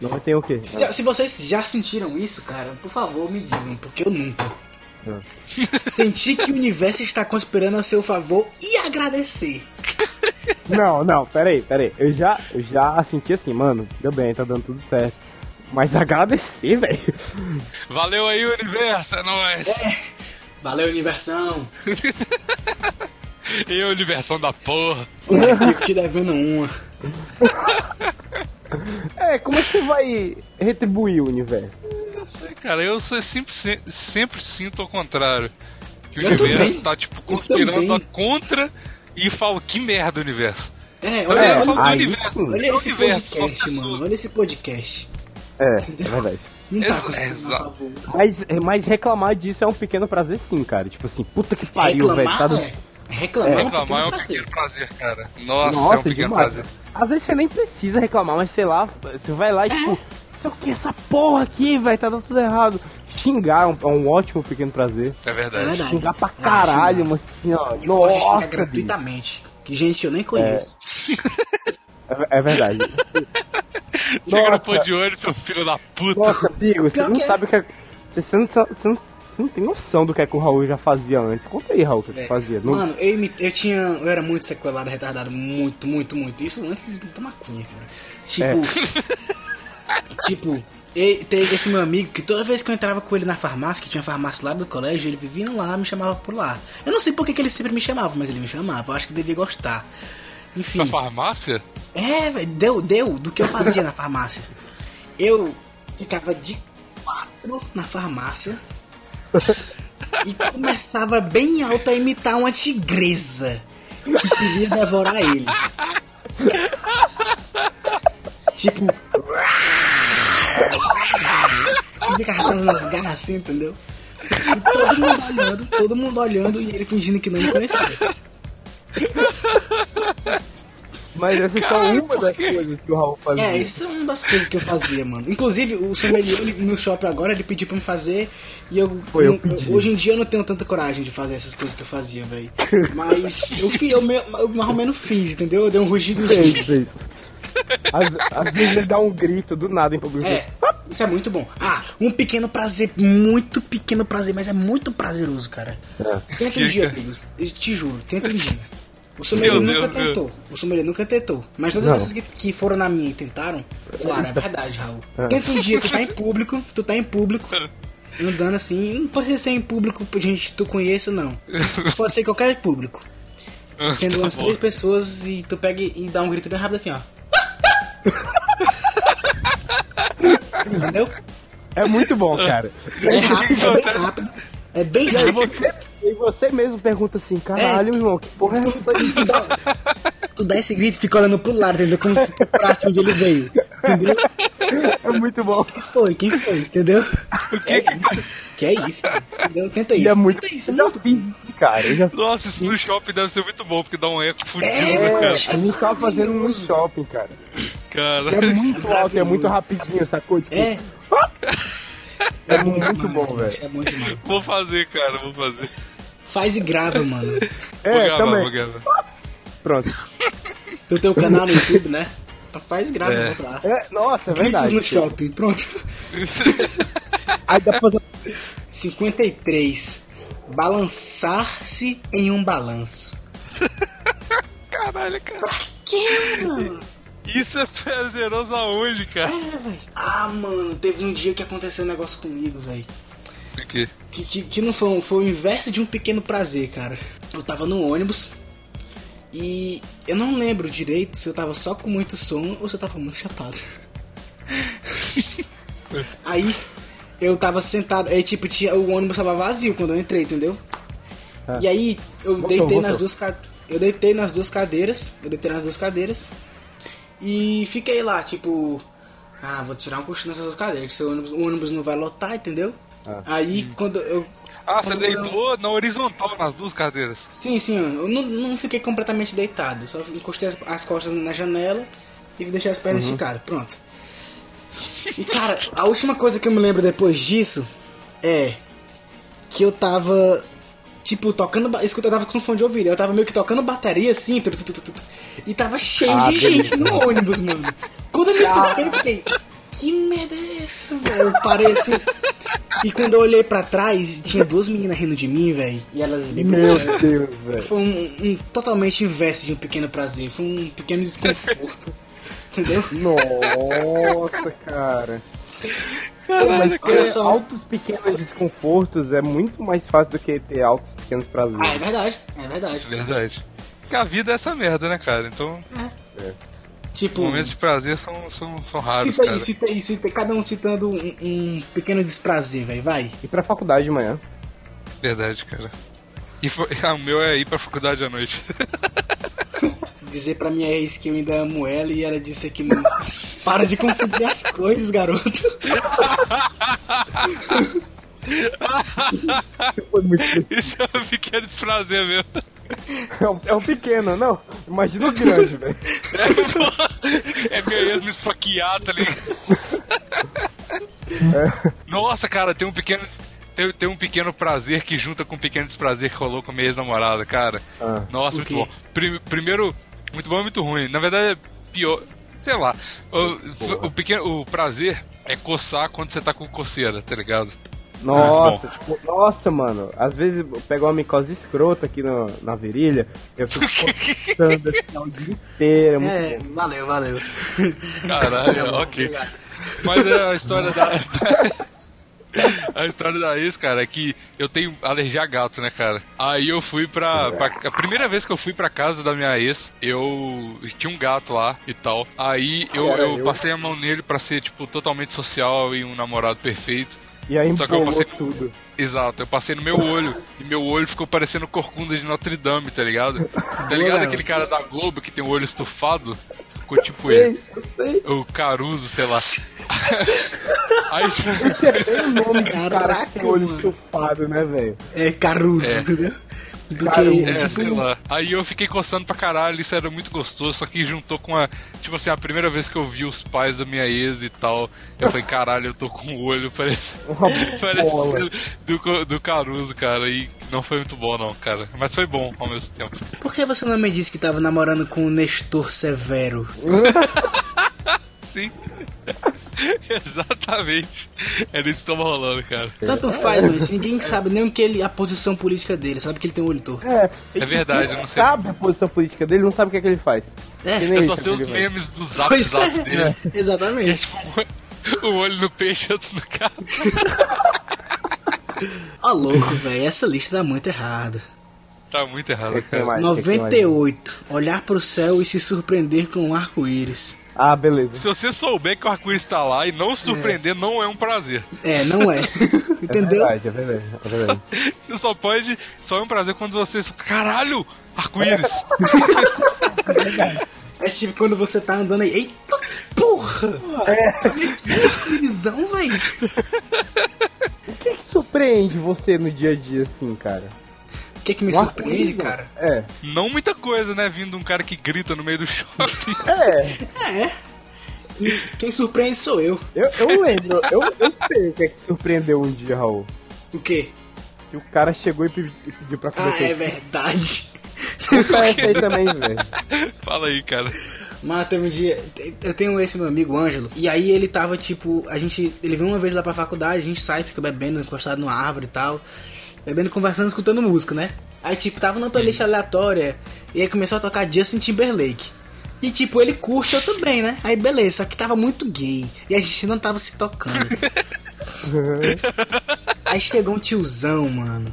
Speaker 2: Não tem o quê?
Speaker 3: Se, se vocês já sentiram isso, cara, por favor me digam, porque eu nunca.
Speaker 1: É.
Speaker 3: Sentir que o universo está conspirando a seu favor e agradecer.
Speaker 2: Não, não, peraí, peraí. Eu já, eu já senti assim, mano, deu bem, tá dando tudo certo. Mas agradecer, velho.
Speaker 1: Valeu aí, universo, é nóis.
Speaker 3: Valeu, universão.
Speaker 1: Eu, universão da porra.
Speaker 3: Eu fico te devendo uma.
Speaker 2: É, como é que você vai retribuir o universo?
Speaker 1: Eu sei, cara, eu sou- sempre, se- sempre sinto ao contrário. Que o
Speaker 3: Eu
Speaker 1: universo
Speaker 3: também.
Speaker 1: tá, tipo,
Speaker 3: também.
Speaker 1: conspirando a contra e falo, que merda, universo.
Speaker 3: É,
Speaker 1: Olha,
Speaker 3: olha,
Speaker 1: eu falo
Speaker 3: olha,
Speaker 1: do
Speaker 2: aí
Speaker 1: universo. né?
Speaker 2: sim.
Speaker 3: olha
Speaker 1: do
Speaker 3: esse
Speaker 1: universo,
Speaker 3: podcast,
Speaker 1: só
Speaker 3: mano.
Speaker 1: pessoa.
Speaker 3: Olha esse podcast.
Speaker 2: É, é verdade.
Speaker 3: Não tá
Speaker 1: Exa-
Speaker 3: conspirando a
Speaker 1: exa-
Speaker 3: favor.
Speaker 2: Mas, é, mas reclamar disso é um pequeno prazer sim, cara. Tipo assim, puta que pariu, velho. Tá
Speaker 3: Reclamar,
Speaker 2: do...
Speaker 3: é. Reclamar,
Speaker 1: Reclamar é um
Speaker 3: prazer.
Speaker 1: pequeno prazer, cara. Nossa, é um
Speaker 2: Nossa,
Speaker 1: pequeno
Speaker 2: demais.
Speaker 1: prazer.
Speaker 2: Às vezes você nem precisa reclamar, mas sei lá, você vai lá e tipo, sei o que, essa porra aqui, velho, tá dando tudo errado. Xingar é um, é um ótimo pequeno prazer.
Speaker 1: É
Speaker 3: É
Speaker 1: verdade.
Speaker 3: verdade.
Speaker 2: Xingar pra
Speaker 3: Ah, xingar.
Speaker 2: caralho, mas assim, ó.
Speaker 3: Eu gosto de xingar
Speaker 2: Nossa, bicho.
Speaker 3: gratuitamente. Que gente que eu nem conheço.
Speaker 2: É, é verdade.
Speaker 1: Chega no
Speaker 2: Nossa.
Speaker 1: pão de olho, seu filho da puta.
Speaker 2: Nossa, Pigo, você
Speaker 3: Pior
Speaker 2: não
Speaker 3: que é.
Speaker 2: sabe o que é. Você, você não, sa- você não- você não tem noção do que é que o Raul já fazia antes. Conta aí, Raul, o que, que
Speaker 3: É.
Speaker 2: fazia. Não-
Speaker 3: Mano, eu, imi- eu tinha. Eu era muito sequelado, retardado, muito, muito, muito. Isso antes de tomar cunha, cara. Tipo. tipo, e- teve esse meu amigo que toda vez que eu entrava com ele na farmácia, que tinha farmácia lá do colégio, ele vinha lá, me chamava por lá. Eu não sei por que que ele sempre me chamava, mas ele me chamava. Eu acho que devia gostar. Enfim.
Speaker 1: Na farmácia?
Speaker 3: É, velho, deu, deu do que eu fazia na farmácia. Eu ficava de quatro na farmácia e começava bem alto a imitar uma tigresa que queria devorar ele. Tipo. E ficava fazendo as garras assim, entendeu? E todo mundo olhando, todo mundo olhando e ele fingindo que não me conhecia.
Speaker 2: Mas essa é só uma das coisas que o Raul fazia.
Speaker 3: É, isso é uma das coisas que eu fazia, mano. Inclusive, o sommelier ele- no shopping agora, ele pediu pra me fazer e eu,
Speaker 2: Foi, eu
Speaker 3: não-
Speaker 2: pedi.
Speaker 3: hoje em dia eu não tenho tanta coragem de fazer essas coisas que eu fazia, velho. Mas eu, fi, eu, me, eu mais ou menos fiz, entendeu? Eu dei um
Speaker 2: Sei,
Speaker 3: rugidozinho.
Speaker 2: sei. Às, às vezes ele dá um grito do nada em público.
Speaker 3: É, isso é muito bom. Ah, um pequeno prazer, muito pequeno prazer, mas é muito prazeroso, cara. Tenta
Speaker 1: Dica.
Speaker 3: um dia, amigos. Eu te juro, tenta um dia. O sommelier
Speaker 1: Meu
Speaker 3: nunca
Speaker 1: Deus, meu.
Speaker 3: tentou. O sommelier nunca tentou. Mas todas
Speaker 2: Não.
Speaker 3: as pessoas que, que foram na minha e tentaram, falaram, é verdade, Raul. Tenta um dia, tu tá em público, tu tá em público,
Speaker 1: É.
Speaker 3: andando assim, não pode ser em público pra gente que tu conheça, não. Pode ser qualquer público. Tendo umas
Speaker 1: Tá bom.
Speaker 3: três pessoas e tu pega e dá um grito bem rápido assim, ó. Entendeu?
Speaker 2: É muito bom, cara.
Speaker 3: É rápido, é bem rápido. É bem
Speaker 2: E aí
Speaker 3: rápido.
Speaker 2: você, e você mesmo pergunta assim, caralho, irmão, que porra é essa aí?
Speaker 3: tu dá, tu dá esse grito e fica olhando pro lado, entendeu? Como se procurasse onde ele veio. Entendeu?
Speaker 2: É muito bom.
Speaker 3: Quem foi? Quem foi? Entendeu? Que é isso. Que é isso. Entendeu? Tenta
Speaker 2: E
Speaker 3: isso.
Speaker 2: é muito.
Speaker 3: Tenta isso.
Speaker 2: Eu já fiz isso, cara. Eu já
Speaker 1: Nossa, isso no shopping deve ser muito bom, porque dá um eco fudido,
Speaker 3: É,
Speaker 1: né, cara?
Speaker 2: a gente tava fazendo no shopping, cara. E
Speaker 1: Cara,
Speaker 2: É muito alto, e é muito rapidinho, sacou? Tipo,
Speaker 3: É.
Speaker 2: é muito
Speaker 3: demais,
Speaker 2: bom,
Speaker 3: mano.
Speaker 2: velho.
Speaker 3: É bom demais.
Speaker 1: vou fazer, cara, vou fazer.
Speaker 3: Faz e grava, mano.
Speaker 1: vou
Speaker 2: É,
Speaker 1: gravar, vou
Speaker 2: também.
Speaker 1: gravar.
Speaker 2: Pronto.
Speaker 3: Tu tem o canal no YouTube, né? Então faz e grava,
Speaker 1: É.
Speaker 3: bota lá.
Speaker 2: É, nossa, é
Speaker 3: Gritos
Speaker 2: verdade.
Speaker 3: no shopping, pronto.
Speaker 2: Aí dá pra fazer
Speaker 3: 53. Balançar-se em um balanço.
Speaker 1: Caralho, cara.
Speaker 3: Que, mano?
Speaker 1: Isso é prazeroso aonde, cara?
Speaker 3: Ah, mano, teve um dia que aconteceu um negócio comigo, velho.
Speaker 1: O quê?
Speaker 3: Que, que, que não foi, um- foi o inverso de um pequeno prazer, cara. Eu tava no ônibus e eu não lembro direito se eu tava só com muito sono ou se eu tava muito chapado. aí eu tava sentado, aí tipo, tinha, o ônibus tava vazio quando eu entrei, entendeu?
Speaker 2: Ah.
Speaker 3: E aí eu
Speaker 2: Voltou,
Speaker 3: deitei nas
Speaker 2: voltou.
Speaker 3: duas ca- eu deitei nas duas cadeiras, eu deitei nas duas cadeiras e fiquei lá, tipo, ah, vou tirar um cochilo nessas duas cadeiras, que se o ônibus, o ônibus não vai lotar, entendeu?
Speaker 2: Ah.
Speaker 3: Aí quando eu
Speaker 1: Ah, você
Speaker 3: Quando
Speaker 1: deitou na horizontal nas duas cadeiras.
Speaker 3: Sim, sim, eu não, não fiquei completamente deitado, só encostei as, as costas na janela e deixei as
Speaker 2: Uhum.
Speaker 3: pernas esticadas, pronto. E cara, a última coisa que eu me lembro depois disso é que eu tava, tipo, tocando, ba- escuta, eu tava com fone de ouvido, eu tava meio que tocando bateria assim, tu, tu, tu, tu, tu, tu, e tava cheio
Speaker 2: Ah,
Speaker 3: de
Speaker 2: beleza.
Speaker 3: gente no ônibus, mano. Quando eu me toquei, eu fiquei, que merda é essa, velho? Eu parei assim. E quando eu olhei pra trás, tinha duas meninas rindo de mim, velho, e elas me
Speaker 2: Meu
Speaker 3: puxaram.
Speaker 2: Deus, velho.
Speaker 3: Foi um, um totalmente inverso de um pequeno prazer. Foi um pequeno desconforto. entendeu?
Speaker 2: Nossa, cara. Mas
Speaker 3: olha
Speaker 2: ter
Speaker 3: só.
Speaker 2: altos pequenos desconfortos é muito mais fácil do que ter altos pequenos
Speaker 3: Ah, é
Speaker 2: prazeres.
Speaker 3: verdade. É verdade.
Speaker 1: Verdade. Porque a vida é essa merda, né, cara? Então,
Speaker 3: Tipo,
Speaker 1: momentos de prazer são, são, são raros,
Speaker 3: cita aí,
Speaker 1: cara.
Speaker 3: cita aí, cita aí. Cada um citando um, um pequeno desprazer, velho. Vai.
Speaker 2: E pra faculdade de manhã.
Speaker 1: Verdade, cara. E foi- ah, o meu é ir pra faculdade à noite.
Speaker 3: Dizer pra minha ex que eu ainda amo ela e ela disse que não. Para de confundir as coisas, garoto.
Speaker 2: Foi muito
Speaker 1: Isso é um pequeno desprazer mesmo.
Speaker 2: É um, é um pequeno, não. Imagina o grande, velho.
Speaker 1: É ganhando me esfaquear, tá ligado? Nossa, cara, tem um pequeno. tem, tem um pequeno prazer que junta com um pequeno desprazer que rolou com minha ex-namorada, cara.
Speaker 2: Ah.
Speaker 1: Nossa,
Speaker 3: O
Speaker 1: muito
Speaker 3: quê?
Speaker 1: bom. Prim- primeiro, muito bom e muito ruim. Na verdade, é pior. Sei lá. O, o, pequeno, o prazer é coçar quando você tá com coceira, tá ligado?
Speaker 2: Nossa, tipo, nossa, mano. Às vezes eu pego uma micose escrota aqui no, na virilha, eu fico coçando assim, o dia inteiro. é muito
Speaker 3: É, valeu, valeu.
Speaker 1: Caralho, ok. Mas é a história da. A história da ex, cara, é que eu tenho alergia a gato, né, cara? Aí eu fui pra, pra- A primeira vez que eu fui pra casa da minha ex, eu. Tinha um gato lá e tal. Aí eu,
Speaker 2: Cara,
Speaker 1: eu
Speaker 2: eu-
Speaker 1: passei a mão nele pra ser, tipo, totalmente social e um namorado perfeito.
Speaker 2: E aí
Speaker 1: Só que eu
Speaker 2: empolou
Speaker 1: passei-
Speaker 2: tudo.
Speaker 1: Exato, eu passei no meu olho e meu olho ficou parecendo corcunda de Notre Dame, tá ligado? Tá ligado aquele cara da Globo que tem o olho estufado? Ficou tipo ele. O Caruso, sei lá. Aí, tipo,
Speaker 2: Tem o nome de um cara
Speaker 3: Caraca,
Speaker 2: que tem olho
Speaker 3: mano.
Speaker 2: estufado, né, velho?
Speaker 3: É Caruso,
Speaker 1: É.
Speaker 3: entendeu? Do que,
Speaker 1: é,
Speaker 3: tipo,
Speaker 1: sei lá. Aí eu fiquei coçando pra caralho, isso era muito gostoso, só que juntou com a. Tipo assim, a primeira vez que eu vi os pais da minha ex e tal, eu falei, caralho, eu tô com o olho parecendo.
Speaker 2: Uma bola.
Speaker 1: parecendo do, co- do Caruso, cara. E não foi muito bom, não, cara. Mas foi bom ao mesmo tempo.
Speaker 3: Por que você não me disse que tava namorando com o Nestor Severo?
Speaker 1: Sim. Exatamente. Era isso que tava rolando, cara.
Speaker 3: Tanto faz, mano. Ninguém sabe nem o que ele, a posição política dele. Sabe que ele tem um olho torto.
Speaker 2: É,
Speaker 1: É verdade, eu não sei.
Speaker 2: sabe a posição política dele, não sabe o que, é que ele faz.
Speaker 3: É.
Speaker 2: Que nem né?
Speaker 1: Eu só
Speaker 2: isso,
Speaker 1: sei os
Speaker 2: aquele
Speaker 1: memes do zap
Speaker 3: Pois
Speaker 1: zap
Speaker 3: é.
Speaker 1: dele. Que é
Speaker 3: Exatamente.
Speaker 1: tipo um um olho no peixe e outro no gato.
Speaker 3: Ó, louco, velho. Essa lista tá muito errada.
Speaker 1: Tá muito errado,
Speaker 2: velho. Quem
Speaker 1: cara.
Speaker 2: mais? Quem mais?
Speaker 3: 98. Olhar pro céu e se surpreender com um arco-íris.
Speaker 2: Ah, beleza.
Speaker 1: Se você souber que o arco-íris tá lá e não se surpreender, não é um prazer.
Speaker 3: É, não é. Entendeu?
Speaker 2: É verdade, é verdade, é verdade.
Speaker 1: Você só pode. Só é um prazer quando você. Caralho! Arco-íris!
Speaker 3: É tipo quando você tá andando aí. Eita porra!
Speaker 2: É.
Speaker 3: Olha que arco-írisão, velho.
Speaker 2: O que, que surpreende você no dia a dia, assim, cara?
Speaker 3: O que é que me
Speaker 2: Um
Speaker 3: surpreende,
Speaker 2: arco-íris,
Speaker 3: cara?
Speaker 2: É.
Speaker 1: não muita coisa, né? Vindo um cara que grita no meio do shopping.
Speaker 2: É,
Speaker 3: Quem surpreende sou eu.
Speaker 2: eu, eu lembro, eu, eu sei o que é que surpreendeu um dia, Raul.
Speaker 3: O quê?
Speaker 2: Que o cara chegou e pe- e pediu pra comer
Speaker 3: Ah, é
Speaker 2: peixe.
Speaker 3: verdade.
Speaker 2: Parece aí também, velho.
Speaker 1: Fala aí, cara.
Speaker 3: Mas teve um dia. Eu tenho esse meu amigo, Ângelo. E aí ele tava tipo. A gente. Ele veio uma vez lá pra faculdade, a gente sai, fica bebendo, encostado numa árvore e tal. Bebendo, conversando, escutando música, né? Aí tipo, tava numa playlist aleatória. E aí começou a tocar Justin Timberlake. E tipo, ele curte, eu também, né? Aí beleza, só que tava muito gay. E a gente não tava se tocando. Aí chegou um tiozão, mano.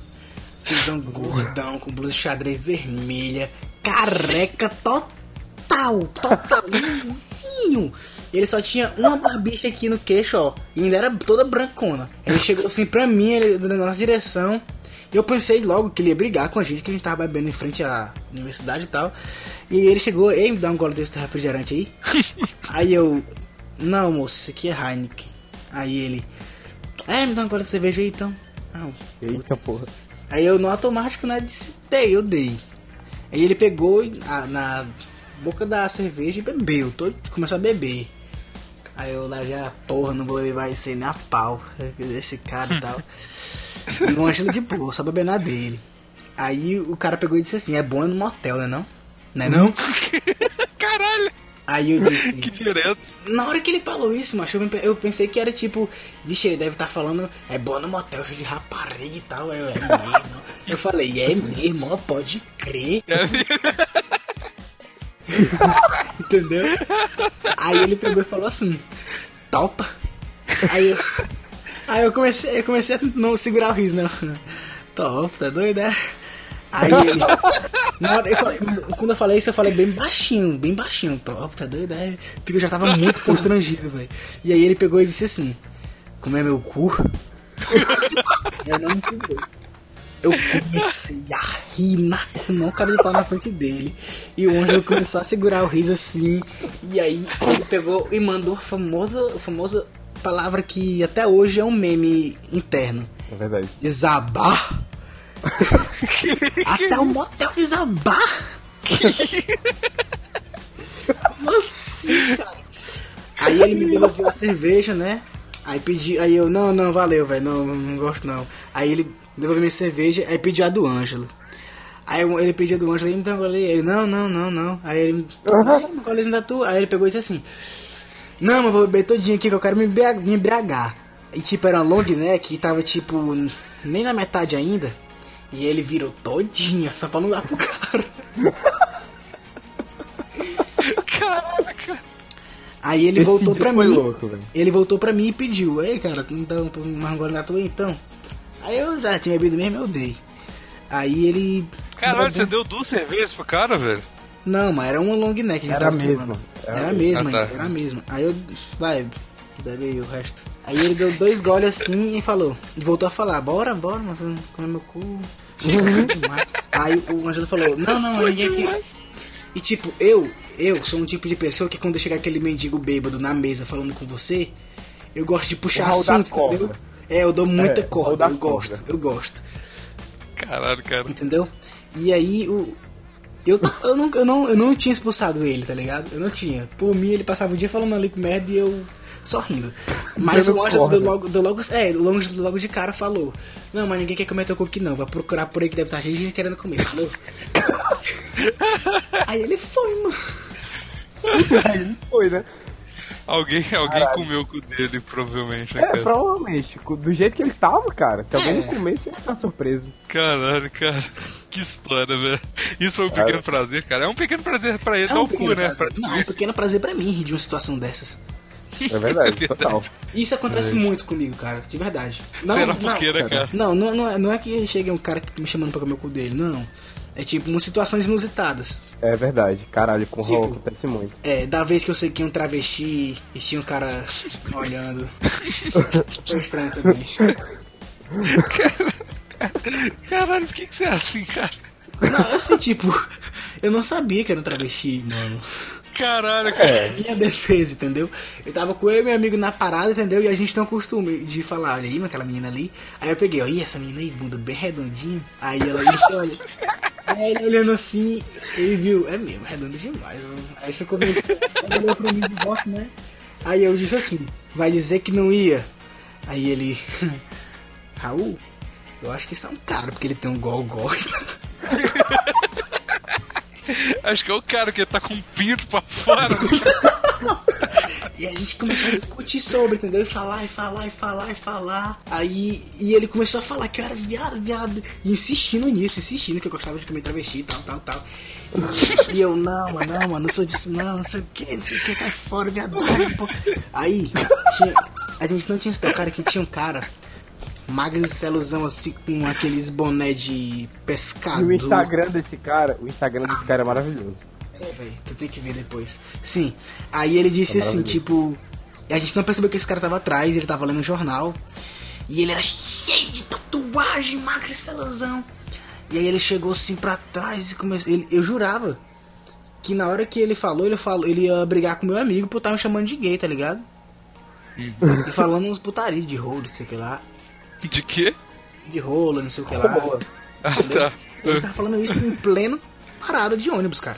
Speaker 3: Tiozão gordão, com blusa de xadrez vermelha. Careca total, total, lisinho. Ele só tinha uma barbicha aqui no queixo, ó. E ainda era toda brancona. Ele chegou assim pra mim, ele, na nossa direção. Eu pensei logo que ele ia brigar com a gente, que a gente tava bebendo em frente à universidade e tal. E ele chegou, ei, me dá um gole desse refrigerante aí. Aí eu, não, moço, isso aqui é Heineken. Aí ele, é, me dá um gole de cerveja aí então. Ah,
Speaker 2: Eita porra.
Speaker 3: Aí eu no automático, né, disse, dei, eu dei. Aí ele pegou e- a- na boca da cerveja e bebeu, todo, começou a beber. Aí eu lá já, porra, não vou beber mais isso aí nem a pau, esse cara e tal. E o Ângelo de boa, só beber na dele. Aí o cara pegou e disse assim, é bom é no motel, né não? Né não?
Speaker 1: Caralho!
Speaker 3: Aí eu disse...
Speaker 1: Que direto!
Speaker 3: Na hora que ele falou isso, macho, eu me- eu pensei que era tipo, vixe, ele deve estar falando, é bom no motel, cheio de rapariga e tal. Eu, é mesmo. Eu falei, é mesmo, ó, pode crer. Entendeu? Aí ele pegou e falou assim, topa. Aí eu, aí eu comecei, eu comecei a não segurar o riso, não. Topa, tá doido, é? Aí ele. Na hora, eu falei, mas quando eu falei isso, eu falei bem baixinho, bem baixinho, top, tá doido? Aí, porque eu já tava muito constrangido, velho. E aí ele pegou e disse assim: Como é meu cu? eu não me segurei. Eu comecei a rir na não cara de pau na frente dele. E o Ângelo começou a segurar o riso assim. E aí ele pegou e mandou a famosa, a famosa palavra que até hoje é um meme interno
Speaker 2: É verdade.
Speaker 3: desabar. Até o motel desabar. Como assim, cara? Aí ele me devolveu a cerveja, né? Aí pedi, aí eu, não, não, valeu, velho, não, não gosto não. Aí ele devolveu minha cerveja, aí pediu a do Ângelo. Aí eu- ele pediu a do Ângelo, ele me dá um gole. Ele, não, não, não, não. Aí ele me dá um golezinho da tua. Aí ele pegou e disse assim: Não, mas eu vou beber todinho aqui que eu quero me embra- me embriagar. E tipo, era uma long neck e tava tipo, nem na metade ainda. E ele virou todinha só pra não dar pro cara.
Speaker 1: Caraca.
Speaker 3: Aí ele
Speaker 2: Esse
Speaker 3: voltou
Speaker 2: dia
Speaker 3: pra
Speaker 2: foi
Speaker 3: mim.
Speaker 2: louco, velho.
Speaker 3: ele voltou pra mim e pediu. Aí, cara, tu não dá uma rangola na tua então? Aí eu já tinha bebido mesmo, eu dei. Aí ele.
Speaker 1: Caralho, você deu duas cervejas pro cara, velho?
Speaker 3: Não, mas era uma long neck.
Speaker 2: Era a mesma.
Speaker 3: Era,
Speaker 2: Era
Speaker 3: era a
Speaker 2: a
Speaker 3: mesma,
Speaker 1: mesma. Ah, tá.
Speaker 3: ainda, era a mesma. Aí eu, vai, bebe aí o resto. Aí ele deu dois goles assim e falou. E voltou a falar, bora, bora, mas eu não comer meu cu. aí o Angelo falou, não, não, ninguém aqui. E tipo, eu, eu sou um tipo de pessoa que quando chegar aquele mendigo bêbado na mesa falando com você, eu gosto de puxar
Speaker 2: O Raul dá
Speaker 3: assunto,
Speaker 2: corda.
Speaker 3: entendeu? É, eu dou muita
Speaker 2: É, o Raul
Speaker 3: corda,
Speaker 2: dá
Speaker 3: eu
Speaker 2: corda.
Speaker 3: gosto, eu gosto
Speaker 1: Caralho, cara.
Speaker 3: entendeu? E aí o eu, eu, não, eu, não, eu não tinha expulsado ele, tá ligado? Eu não tinha. Por mim, ele passava o dia falando ali com merda e eu só rindo. Mas
Speaker 2: Dando
Speaker 3: o Ângelo
Speaker 2: corda.
Speaker 3: deu logo, deu logo. É, o Ângelo logo de cara falou: Não, mas ninguém quer comer teu cu aqui não. Vai procurar por aí que deve estar gente querendo comer, falou? aí ele foi, mano.
Speaker 2: Foi, né?
Speaker 1: Alguém, alguém comeu o cu dele, provavelmente, né,
Speaker 2: É,
Speaker 1: cara?
Speaker 2: provavelmente. Do jeito que ele tava, cara. Se alguém
Speaker 3: É.
Speaker 2: comesse, ele ia ficar surpreso.
Speaker 1: Caralho, cara. Que história, velho. Isso foi um pequeno prazer, cara. É um pequeno prazer pra ele
Speaker 3: É
Speaker 1: dar
Speaker 3: um
Speaker 1: o cu,
Speaker 3: pequeno
Speaker 1: né? Pra
Speaker 3: prazer. Não, é um
Speaker 1: descobrir.
Speaker 3: pequeno prazer pra mim rir de uma situação dessas.
Speaker 2: É
Speaker 1: É
Speaker 2: verdade, total.
Speaker 3: Isso acontece muito comigo, cara, de verdade. Não,
Speaker 1: Será
Speaker 3: não,
Speaker 1: por quê, né, cara?
Speaker 3: Não, não, não, é, não é que chegue um cara que me chamando pra comer o cu dele, não. É tipo umas situações inusitadas.
Speaker 2: É verdade. Caralho, com o
Speaker 3: Tipo-
Speaker 2: Raul acontece muito.
Speaker 3: É, da vez que eu sei que é um travesti e tinha um cara olhando. Foi estranho também.
Speaker 1: Caralho, por que, que você é assim, cara?
Speaker 3: Não, eu sei, tipo, eu não sabia que era um travesti, mano.
Speaker 1: Caralho, cara.
Speaker 3: Minha defesa, entendeu? Eu tava com eu e meu amigo na parada, entendeu? E a gente tem um costume de falar, olha aí, mas aquela menina ali. Aí eu peguei, ó, e essa menina aí, bunda bem redondinha. Aí ela me olha. Aí ele olhando assim, ele viu, é mesmo, redondo demais. mano. Aí ficou meio estranho, ele olhou pra mim de volta, né? Aí eu disse assim, vai dizer que não ia. Aí ele, Raul, eu acho que isso é um cara, porque ele tem um gol-gol.
Speaker 1: Acho que é o cara que tá com o pinto pra fora. né?
Speaker 3: E a gente começou a discutir sobre, entendeu? E falar, e falar, e falar, e falar. Aí, e ele começou a falar que eu era viado, viado. E insistindo nisso, insistindo que eu gostava de comer travesti e tal, tal, tal. E, e eu, não, mano, não, mano, não sou disso, não, não sei o que, não sei o que, cai fora, viadagem, pô. Aí, tinha- a gente não tinha esse cara que tinha um cara magro, celuzão, assim, com aqueles boné de
Speaker 2: E
Speaker 3: pescador.
Speaker 2: o Instagram desse cara, o Instagram desse cara é maravilhoso.
Speaker 3: É, velho, tu tem que ver depois. Sim. Aí ele disse assim, tipo. A gente não percebeu que esse cara tava atrás, ele tava lendo um jornal. E ele era cheio de tatuagem, magro e celosão. E aí ele chegou assim pra trás e começou. ele- eu jurava que na hora que ele falou, ele falou, ele ia brigar com meu amigo por estar me chamando de gay, tá ligado? E falando uns putaria de rolo, não sei o que lá.
Speaker 1: De quê?
Speaker 3: De rolo, não sei o que lá.
Speaker 1: Ah, tá.
Speaker 3: Ele tava falando isso em pleno parada de ônibus, cara.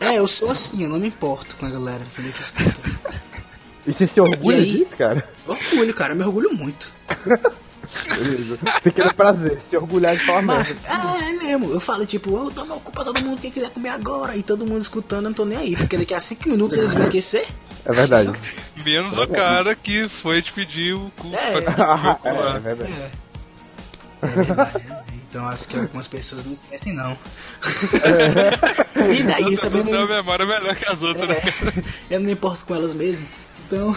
Speaker 3: É, eu sou assim, eu não me importo com a galera entendeu, que escuta.
Speaker 2: E você se orgulha
Speaker 3: E aí?
Speaker 2: disso, cara?
Speaker 3: Orgulho, cara, eu me orgulho muito.
Speaker 2: Beleza. Pequeno prazer, se orgulhar de falar
Speaker 3: Mas,
Speaker 2: merda.
Speaker 3: é, é mesmo, eu falo tipo, eu dou meu cu pra todo mundo que quiser comer agora. E todo mundo escutando, eu não tô nem aí, porque daqui a 5 minutos eles vão esquecer.
Speaker 2: É verdade.
Speaker 1: Menos o cara que foi te pedir o cu
Speaker 3: É.
Speaker 1: pra
Speaker 2: é,
Speaker 1: comer o cu lá.
Speaker 2: é verdade.
Speaker 3: É. É verdade, né? Então acho que algumas pessoas não esquecem, não. e daí eu também
Speaker 1: Eu tenho
Speaker 3: É. não,
Speaker 1: uma memória melhor que as outras, né?
Speaker 3: É. eu não me importo com elas mesmo. Então,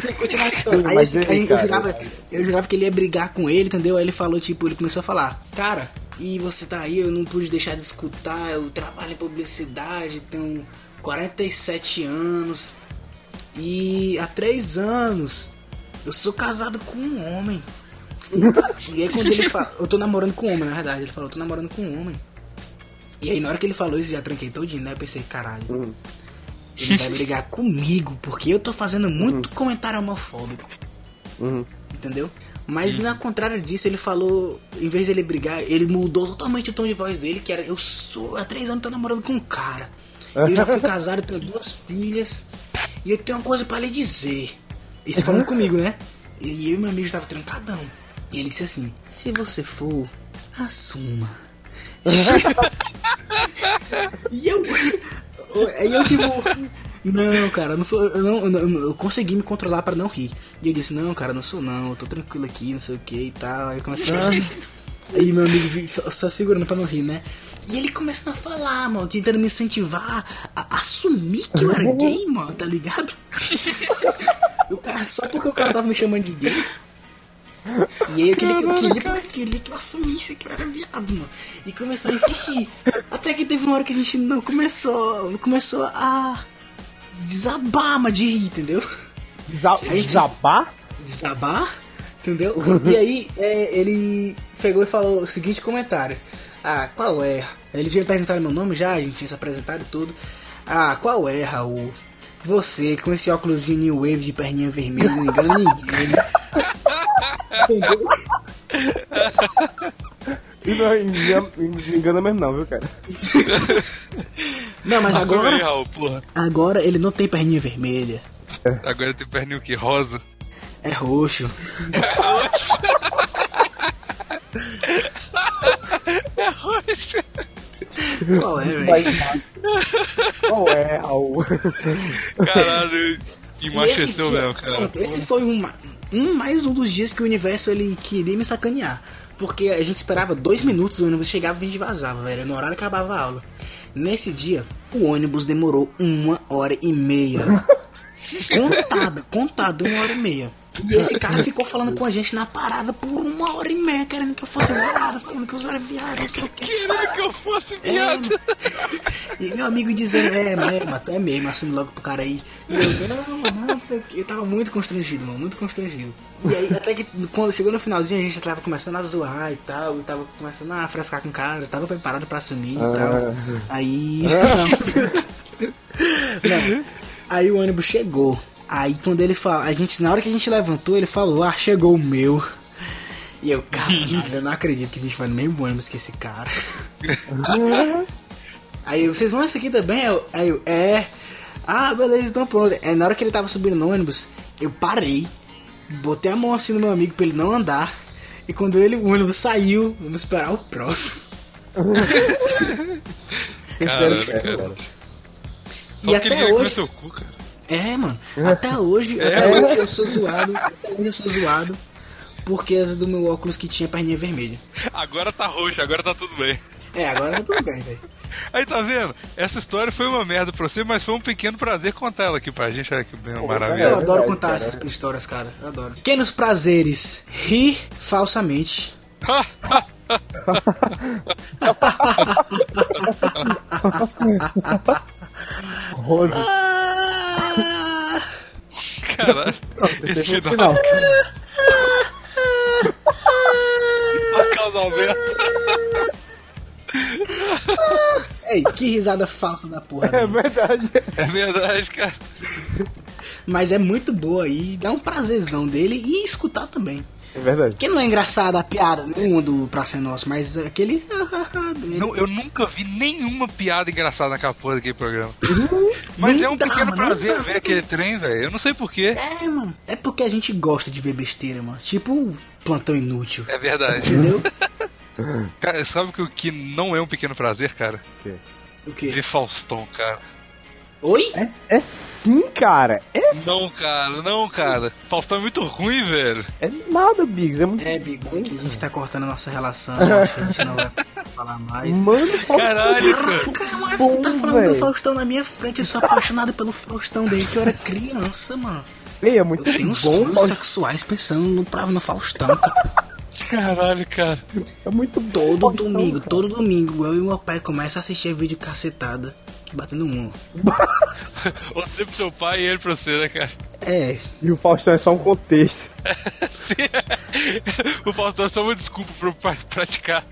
Speaker 3: sem continuar a história. Aí,
Speaker 2: Mas
Speaker 3: esse
Speaker 2: ele,
Speaker 3: cara, eu,
Speaker 2: cara,
Speaker 3: jurava, eu jurava que ele ia brigar com ele, entendeu? Aí ele falou, tipo, ele começou a falar, cara, e você tá aí, eu não pude deixar de escutar, eu trabalho em publicidade, tenho 47 anos. E há três anos eu sou casado com um homem. e aí quando ele fala. Eu tô namorando com um homem, na verdade. Ele falou, eu tô namorando com um homem. E aí na hora que ele falou isso, já tranquei todinho, né? Eu pensei, caralho. Ele vai brigar comigo, porque eu tô fazendo muito comentário homofóbico,
Speaker 2: Uhum.
Speaker 3: entendeu? Mas na contrário disso, ele falou, em vez dele brigar, ele mudou totalmente o tom de voz dele, que era eu sou há três anos tô namorando com um cara. Eu já fui casado, tenho duas filhas, e eu tenho uma coisa pra lhe dizer. Isso falando comigo, né? E eu e meu amigo tava trancadão. E ele disse assim: se você for, assuma. e eu. E eu, tipo. Não, cara, não sou. eu Não, eu não- eu consegui me controlar pra não rir. E eu disse, não, cara, não sou não, eu tô tranquilo aqui, não sei o que e tal. Aí eu comecei a. Aí meu amigo fica só segurando pra não rir, né? E ele começando a falar, mano, tentando me incentivar a a assumir que eu era gay, mano, tá ligado? O cara, só porque o cara tava me chamando de gay. E aí eu queria, eu queria, eu queria que eu assumisse que eu era viado, mano. E começou a insistir. Até que teve uma hora que a gente não começou. Começou a desabar, mas de rir, entendeu?
Speaker 2: Desa-
Speaker 3: Aí-
Speaker 2: Desabar?
Speaker 3: desabar, entendeu? E aí é, ele pegou e falou o seguinte comentário. Ah, qual é? Ele tinha perguntado meu nome já, a gente tinha se apresentado e tudo. Ah, qual é, Raul? Você com esse óculos New Wave de perninha vermelha não engana ninguém. Entendeu?
Speaker 2: E Não, engana- não engana mesmo não, viu, cara?
Speaker 3: Não, mas
Speaker 1: Assume aí,
Speaker 3: agora,
Speaker 1: Raul, porra.
Speaker 3: agora ele não tem perninha vermelha.
Speaker 1: Agora tem pernil que rosa.
Speaker 3: É roxo. Qual é, velho?
Speaker 2: Qual é, Raul?
Speaker 1: Caralho, que
Speaker 3: E esse
Speaker 1: macheceu
Speaker 3: dia-
Speaker 1: mesmo, cara.
Speaker 3: pronto, esse foi um, ma- um mais um dos dias que o universo ele queria me sacanear. Porque a gente esperava dois minutos, o ônibus chegava e a gente vazava, velho. No horário que acabava a aula. Nesse dia, o ônibus demorou uma hora e meia. Contada, contada, uma hora e meia. E esse cara ficou falando com a gente na parada por uma hora e meia, querendo que eu fosse viado, falando que eu era viado, não sei o quê.
Speaker 1: Queria que eu fosse
Speaker 3: É.
Speaker 1: viado.
Speaker 3: E meu amigo dizendo, é, mas, mas tu é mesmo, assume logo pro cara aí. E eu, não, não, não sei o quê. Eu tava muito constrangido, mano, muito constrangido. E aí, até que quando chegou no finalzinho, a gente já tava começando a zoar e tal, eu tava começando a frescar com o cara, eu tava preparado pra assumir e tal. Aí. Não. Não. Aí o ônibus chegou. Aí quando ele fala, a gente, na hora que a gente levantou, ele falou, ah, chegou o meu. E eu, caralho, eu não acredito que a gente vai no mesmo ônibus que esse cara. Aí eu, vocês vão esse aqui também? Eu- Aí eu, é. Ah, beleza, então pronto. Aí na hora que ele tava subindo no ônibus, eu parei, botei a mão assim no meu amigo pra ele não andar. E quando ele, o ônibus saiu, vamos esperar o próximo.
Speaker 1: Caralho,
Speaker 2: Sério,
Speaker 1: cara. Só
Speaker 2: cara.
Speaker 3: e
Speaker 1: porque ele
Speaker 3: até
Speaker 1: queria comer
Speaker 3: hoje.
Speaker 1: seu cu, cara.
Speaker 3: É, mano. Até hoje,
Speaker 1: É.
Speaker 3: até hoje eu sou zoado. Até hoje eu sou zoado. Porque as do meu óculos que tinha perninha vermelha.
Speaker 1: Agora tá roxo, agora tá tudo bem.
Speaker 3: É, agora tá tudo bem, velho.
Speaker 1: Aí tá vendo? Essa história foi uma merda pra você, mas foi um pequeno prazer contar ela aqui pra gente. Olha que bem,
Speaker 2: É,
Speaker 3: Eu
Speaker 1: maravilha.
Speaker 2: cara.
Speaker 3: adoro
Speaker 2: verdade,
Speaker 3: contar
Speaker 2: cara.
Speaker 3: essas histórias, cara. Eu adoro. Pequenos prazeres. Rir falsamente.
Speaker 2: Rosa.
Speaker 3: Ah!
Speaker 1: Caralho, esse
Speaker 2: Esse é o
Speaker 1: um final
Speaker 2: final.
Speaker 1: do casal mesmo.
Speaker 3: Ei, que risada falsa da porra.
Speaker 2: É
Speaker 3: dele.
Speaker 2: verdade.
Speaker 1: É verdade, cara.
Speaker 3: Mas é muito boa aí, dá um prazerzão dele e escutar também.
Speaker 2: É verdade.
Speaker 3: Que não é engraçada a piada nenhuma do Pra Ser Nosso, mas aquele. dele.
Speaker 1: Não, eu nunca vi nenhuma piada engraçada naquela porra daquele programa. Mas
Speaker 3: Não
Speaker 1: é um
Speaker 3: Uhum. dá,
Speaker 1: pequeno
Speaker 3: mano,
Speaker 1: prazer
Speaker 3: não dá.
Speaker 1: ver aquele trem, velho. Eu não sei porquê.
Speaker 3: É, mano. É porque a gente gosta de ver besteira, mano. Tipo, plantão inútil.
Speaker 1: É verdade.
Speaker 3: Entendeu?
Speaker 1: Cara, sabe que o que não é um pequeno prazer, cara?
Speaker 3: O
Speaker 1: Ver
Speaker 3: quê?
Speaker 1: Faustão, cara.
Speaker 3: Oi?
Speaker 2: É, é sim, cara. É,
Speaker 1: Não, cara, não, cara. Faustão é muito ruim, velho.
Speaker 2: é nada, Biggs. É muito.
Speaker 3: É, Bigos, aqui a gente tá cortando a nossa relação. Acho que a gente não vai falar mais.
Speaker 2: Mano,
Speaker 1: Caralho, cara.
Speaker 3: Caralho,
Speaker 2: bom,
Speaker 3: tu tá falando do
Speaker 2: velho.
Speaker 3: Faustão na minha frente. Eu sou apaixonado pelo Faustão desde que eu era criança, mano.
Speaker 2: Ei, é
Speaker 3: Eu
Speaker 2: muito
Speaker 3: tenho uns
Speaker 2: bom.
Speaker 3: sonhos
Speaker 2: Faustão.
Speaker 3: sexuais pensando no, pra- no Faustão, cara.
Speaker 1: Caralho, cara.
Speaker 2: É muito bom.
Speaker 3: Todo
Speaker 2: Faustão,
Speaker 3: domingo,
Speaker 2: cara.
Speaker 3: todo domingo, eu e meu pai começam a assistir vídeo cacetada, batendo um.
Speaker 1: Você pro seu pai e ele pra você, né, cara?
Speaker 3: É,
Speaker 2: E o Faustão é só um contexto.
Speaker 1: Sim. o Faustão é só uma desculpa pra eu pra- praticar.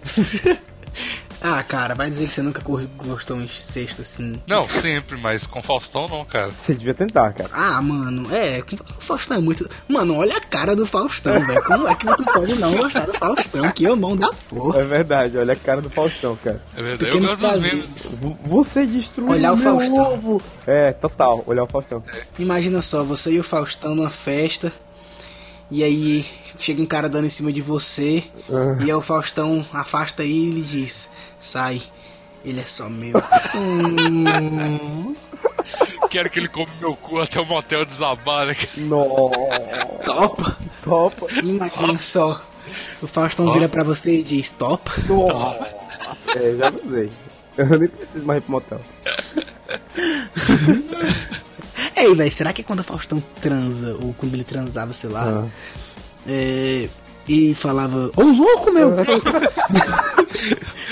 Speaker 3: ah, cara, vai dizer que você nunca corre- gostou em sexto assim.
Speaker 1: Não, sempre, mas com Faustão não, cara.
Speaker 2: Você devia tentar, cara.
Speaker 3: Ah, mano, é, o Faustão é muito. Mano, olha a cara do Faustão, velho. Como é que tu pode não gostar do Faustão? Que é o mão da porra.
Speaker 2: É verdade, olha a cara do Faustão, cara.
Speaker 1: É verdade.
Speaker 3: Pequenos
Speaker 1: eu gosto dos memes.
Speaker 3: prazeres.
Speaker 2: V- Você destruiu
Speaker 3: Olhar o
Speaker 2: meu
Speaker 3: Faustão.
Speaker 2: ovo. É, total, olhar o Faustão.
Speaker 3: Imagina só, você e o Faustão numa festa. E aí chega um cara dando em cima de você. E aí o Faustão afasta ele e diz: Sai, ele é só meu.
Speaker 1: Quero que ele come meu cu até o motel desabar, né?
Speaker 2: Nossa,
Speaker 3: Topa!
Speaker 2: topa.
Speaker 3: Imagina só. O Faustão vira pra você e diz: Topa!
Speaker 2: Nossa. É, já usei. Eu nem preciso mais ir pro motel.
Speaker 3: Ei, velho, será que é quando o Faustão transa, ou quando ele transava, sei
Speaker 2: Ah.
Speaker 3: lá, é, e falava, ô louco, meu!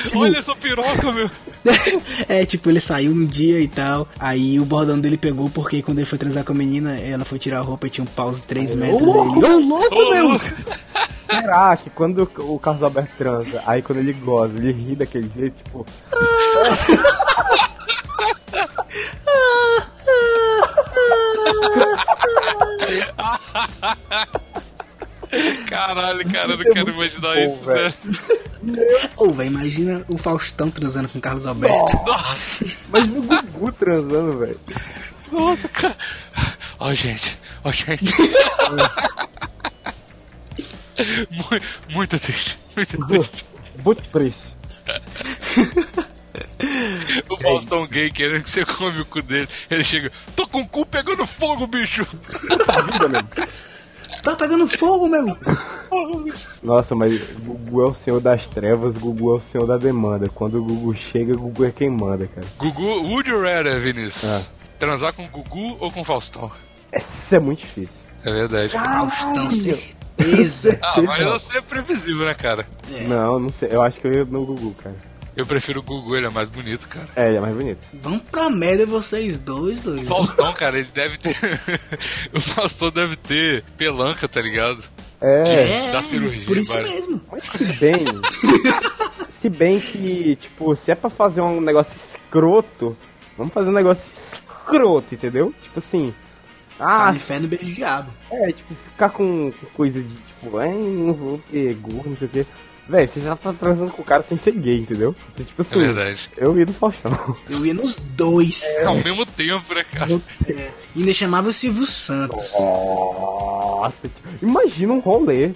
Speaker 3: Tipo,
Speaker 1: Olha essa piroca, meu.
Speaker 3: é, tipo, ele saiu um dia e tal, aí o bordão dele pegou, porque quando ele foi transar com a menina, ela foi tirar a roupa e tinha um pau de 3 metros dele. Ô louco,
Speaker 1: Ô,
Speaker 3: meu!
Speaker 1: louco.
Speaker 2: Será que quando o Carlos Alberto transa, aí quando ele goza, ele ri daquele jeito, tipo,
Speaker 1: Caralho, cara, eu não quero imaginar
Speaker 2: bom,
Speaker 1: isso, velho.
Speaker 3: Ô, velho, imagina o Faustão transando com o Carlos Alberto.
Speaker 1: Nossa,
Speaker 2: mas no Gugu transando, velho.
Speaker 1: nossa, cara. Ó, gente, ó, gente. Mu- muito triste, muito triste.
Speaker 2: Boot Price.
Speaker 1: O Faustão gay querendo que você come o cu dele. Ele chega, tô com o cu pegando fogo, bicho.
Speaker 3: Tá pegando fogo, meu!
Speaker 2: Nossa, mas Gugu é o senhor das trevas, Gugu é o senhor da demanda. Quando o Gugu chega, Gugu é quem manda, cara.
Speaker 1: Gugu, would you rather, Vinícius?
Speaker 2: Ah.
Speaker 1: Transar com o Gugu ou com o Faustão?
Speaker 2: Essa é muito difícil.
Speaker 1: É verdade.
Speaker 3: Faustão, certeza!
Speaker 1: Ah, mas você é previsível, né, cara?
Speaker 2: Não, não sei. Eu acho que eu ia no Gugu, cara.
Speaker 1: Eu prefiro o Gugu, ele é mais bonito, cara.
Speaker 2: É, ele é mais bonito.
Speaker 3: Vão pra merda vocês dois, doido.
Speaker 1: Faustão, cara, ele deve ter. o Faustão deve ter pelanca, tá ligado?
Speaker 2: É,
Speaker 1: da cirurgia,
Speaker 3: Por isso
Speaker 1: vai.
Speaker 3: mesmo.
Speaker 2: mas se bem. se bem que, tipo, se é pra fazer um negócio escroto, vamos fazer um negócio escroto, entendeu? Tipo assim.
Speaker 3: Tá
Speaker 2: Ah,
Speaker 3: no inferno, beijo do diabo.
Speaker 2: É, tipo, ficar com com coisa de tipo, ai, não vou ter gordo, não sei o quê. Véi, você já tá transando com o cara sem ser gay, entendeu? Então, tipo
Speaker 1: É
Speaker 2: assim,
Speaker 1: verdade.
Speaker 2: eu ia no Faustão.
Speaker 3: Eu ia nos dois.
Speaker 1: Ao mesmo tempo, né, cara?
Speaker 3: É, ainda chamava o Silvio Santos.
Speaker 2: Nossa, tipo, imagina um rolê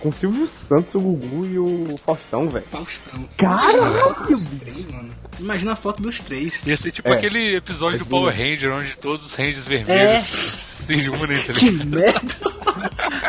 Speaker 2: com o Silvio Santos, o Gugu e o Faustão, velho.
Speaker 3: Faustão. Imagina a
Speaker 2: Caralho!
Speaker 3: foto dos três, mano. Imagina a foto dos três.
Speaker 1: Ia ser tipo
Speaker 2: É.
Speaker 1: aquele episódio do Power Ranger, onde todos os Rangers vermelhos
Speaker 3: É.
Speaker 1: se unem, tá
Speaker 3: Que
Speaker 1: ligado?
Speaker 3: merda!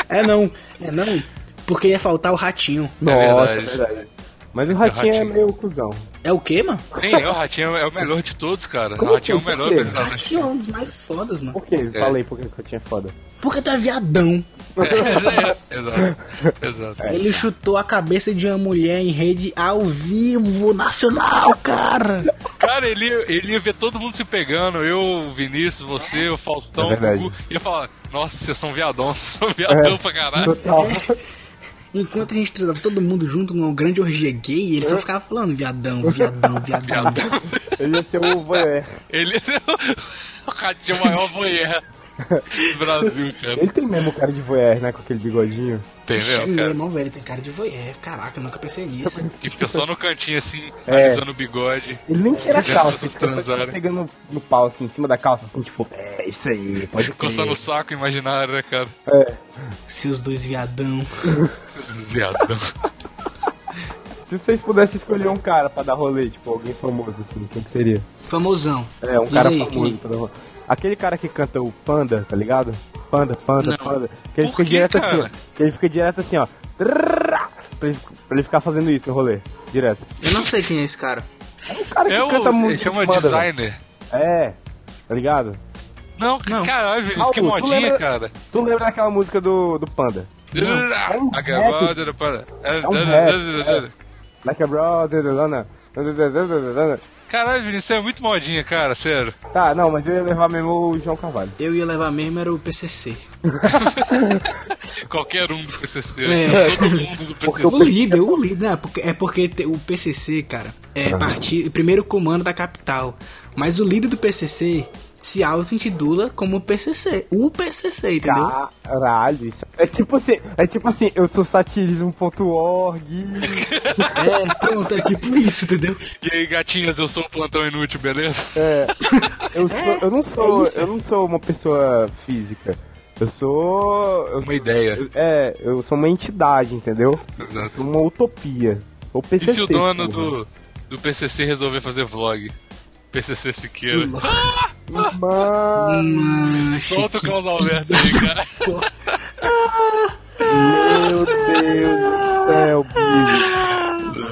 Speaker 3: É não, é não. Porque ia faltar o ratinho.
Speaker 2: Nossa,
Speaker 1: É verdade.
Speaker 2: verdade. Mas o Ratinho é
Speaker 1: Ratinho.
Speaker 2: meio cuzão.
Speaker 3: É o quê, mano?
Speaker 1: Nem é, o Ratinho é o melhor de todos, cara.
Speaker 2: Como
Speaker 1: o Ratinho é o
Speaker 2: assim?
Speaker 1: melhor
Speaker 2: Por quê?
Speaker 1: apresentador.
Speaker 3: Ratinho é um dos mais fodas, mano.
Speaker 2: Por quê? Falei porque o Ratinho é foda.
Speaker 3: Porque tu é viadão.
Speaker 1: É, é, exato, exato.
Speaker 2: É.
Speaker 3: Ele chutou a cabeça de uma mulher em rede ao vivo, nacional, cara.
Speaker 1: Cara, ele, ia- ele ia ver todo mundo se pegando, eu, o Vinícius, você, o Faustão,
Speaker 2: É
Speaker 1: o
Speaker 2: verdade. É.
Speaker 1: Gugu, ia falar, nossa, vocês são viadão, vocês são viadão pra caralho.
Speaker 2: Total.
Speaker 3: Enquanto a gente transava todo mundo junto numa grande orgia gay, ele só ficava falando viadão, viadão, viadão.
Speaker 2: Ele ia ser o voyeur.
Speaker 1: Ele o ratinho é o maior voyeur do Brasil, cara.
Speaker 2: Ele tem mesmo cara de voyeur, né? Com aquele bigodinho.
Speaker 3: Ixi,
Speaker 1: Entendeu,
Speaker 3: meu
Speaker 1: cara?
Speaker 3: irmão, velho, tem cara de voyeur. Caraca, eu nunca pensei nisso.
Speaker 1: Que fica só no cantinho assim,
Speaker 2: É.
Speaker 1: alisando o bigode.
Speaker 2: Ele nem tira a
Speaker 1: Ele
Speaker 2: calça, tipo,
Speaker 1: é
Speaker 2: ele fica só
Speaker 1: transar.
Speaker 2: pegando no pau, assim, em cima da calça, assim, tipo, é isso aí, pode crer.
Speaker 1: Coçando o saco imaginário, né, cara?
Speaker 3: Seus dois viadão.
Speaker 1: Esses Viadão.
Speaker 2: Se vocês pudessem escolher um cara pra dar rolê, tipo, alguém famoso, assim, quem que seria?
Speaker 3: Famosão.
Speaker 2: É, um
Speaker 3: Diz
Speaker 2: cara
Speaker 3: aí,
Speaker 2: famoso
Speaker 3: quem-
Speaker 2: pra dar rolê. Aquele cara que canta o Panda, tá ligado? Panda,
Speaker 1: Não.
Speaker 2: Panda, Panda. Que ele
Speaker 1: Por
Speaker 2: fica
Speaker 1: que,
Speaker 2: direto
Speaker 1: cara?
Speaker 2: assim, ó. Que ele fica direto assim, ó. Trrrrá, Pra ele, pra ele ficar fazendo isso no rolê, direto.
Speaker 3: Eu não sei quem é esse cara.
Speaker 2: O cara que
Speaker 1: É o.
Speaker 2: canta
Speaker 1: Ele
Speaker 2: muito.
Speaker 1: chama
Speaker 2: Panda,
Speaker 1: designer.
Speaker 2: velho. É, tá ligado?
Speaker 1: Não,
Speaker 3: Não.
Speaker 1: caralho, Vinícius, que é
Speaker 2: Raul, tu
Speaker 1: modinha,
Speaker 2: lembra-
Speaker 1: cara.
Speaker 2: Tu lembra daquela música do, do Panda? É um
Speaker 1: A
Speaker 2: rap.
Speaker 1: gravada do Panda.
Speaker 2: É um rap, Like a brother, Lana.
Speaker 1: Caralho, Vinícius, você é muito modinha, cara, sério.
Speaker 2: Tá, não, mas eu ia levar mesmo o João Carvalho.
Speaker 3: Eu ia levar mesmo era o PCC.
Speaker 1: Qualquer um do PCC.
Speaker 3: É.
Speaker 1: Todo mundo do
Speaker 3: O
Speaker 1: PCC.
Speaker 3: líder, o líder. né? porque- É porque te- o PCC, cara, é parti- primeiro comando da capital. Mas o líder do PCC se auto-intitula como PCC. O PCC, entendeu?
Speaker 2: Caralho, isso. É tipo assim, é tipo assim, eu sou satirismo.org.
Speaker 3: É, pronto, é tipo isso, entendeu?
Speaker 1: E aí, gatinhas, eu sou o plantão inútil, beleza?
Speaker 2: É, eu, sou- eu não
Speaker 3: é
Speaker 2: sou,
Speaker 3: isso.
Speaker 2: eu não sou uma pessoa física. Eu sou. Eu
Speaker 1: Uma ideia.
Speaker 2: É, eu sou uma entidade, entendeu?
Speaker 1: Exato.
Speaker 2: Uma utopia. Ou PCC,
Speaker 1: E se o dono
Speaker 2: porra.
Speaker 1: do, do PCC resolver fazer vlog? PCC Siqueira.
Speaker 2: Mano,
Speaker 3: Hum,
Speaker 1: Solta o Carlos Alberto aí, cara.
Speaker 2: meu Deus do céu, bicho.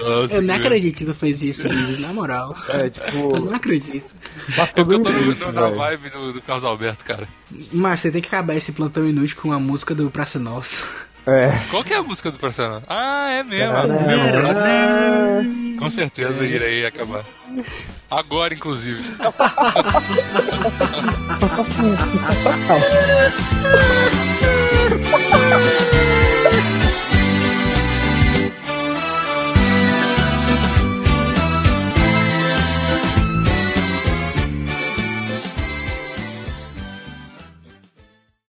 Speaker 1: Nossa,
Speaker 3: eu não
Speaker 1: cara.
Speaker 3: acredito que tu fez isso, Luiz, na moral.
Speaker 2: É,
Speaker 3: Eu
Speaker 2: tipo,
Speaker 3: não acredito.
Speaker 1: É
Speaker 2: passou
Speaker 1: que
Speaker 2: do
Speaker 1: eu tô no-
Speaker 2: limite,
Speaker 1: no- na
Speaker 2: velho.
Speaker 1: vibe do, do Carlos Alberto, cara.
Speaker 3: Mas você tem que acabar esse plantão inútil com a música do Praça Nossa.
Speaker 2: É.
Speaker 1: Qual que é a música do personagem? Ah, é mesmo. Com certeza irei acabar. Agora, inclusive.
Speaker 3: Ah,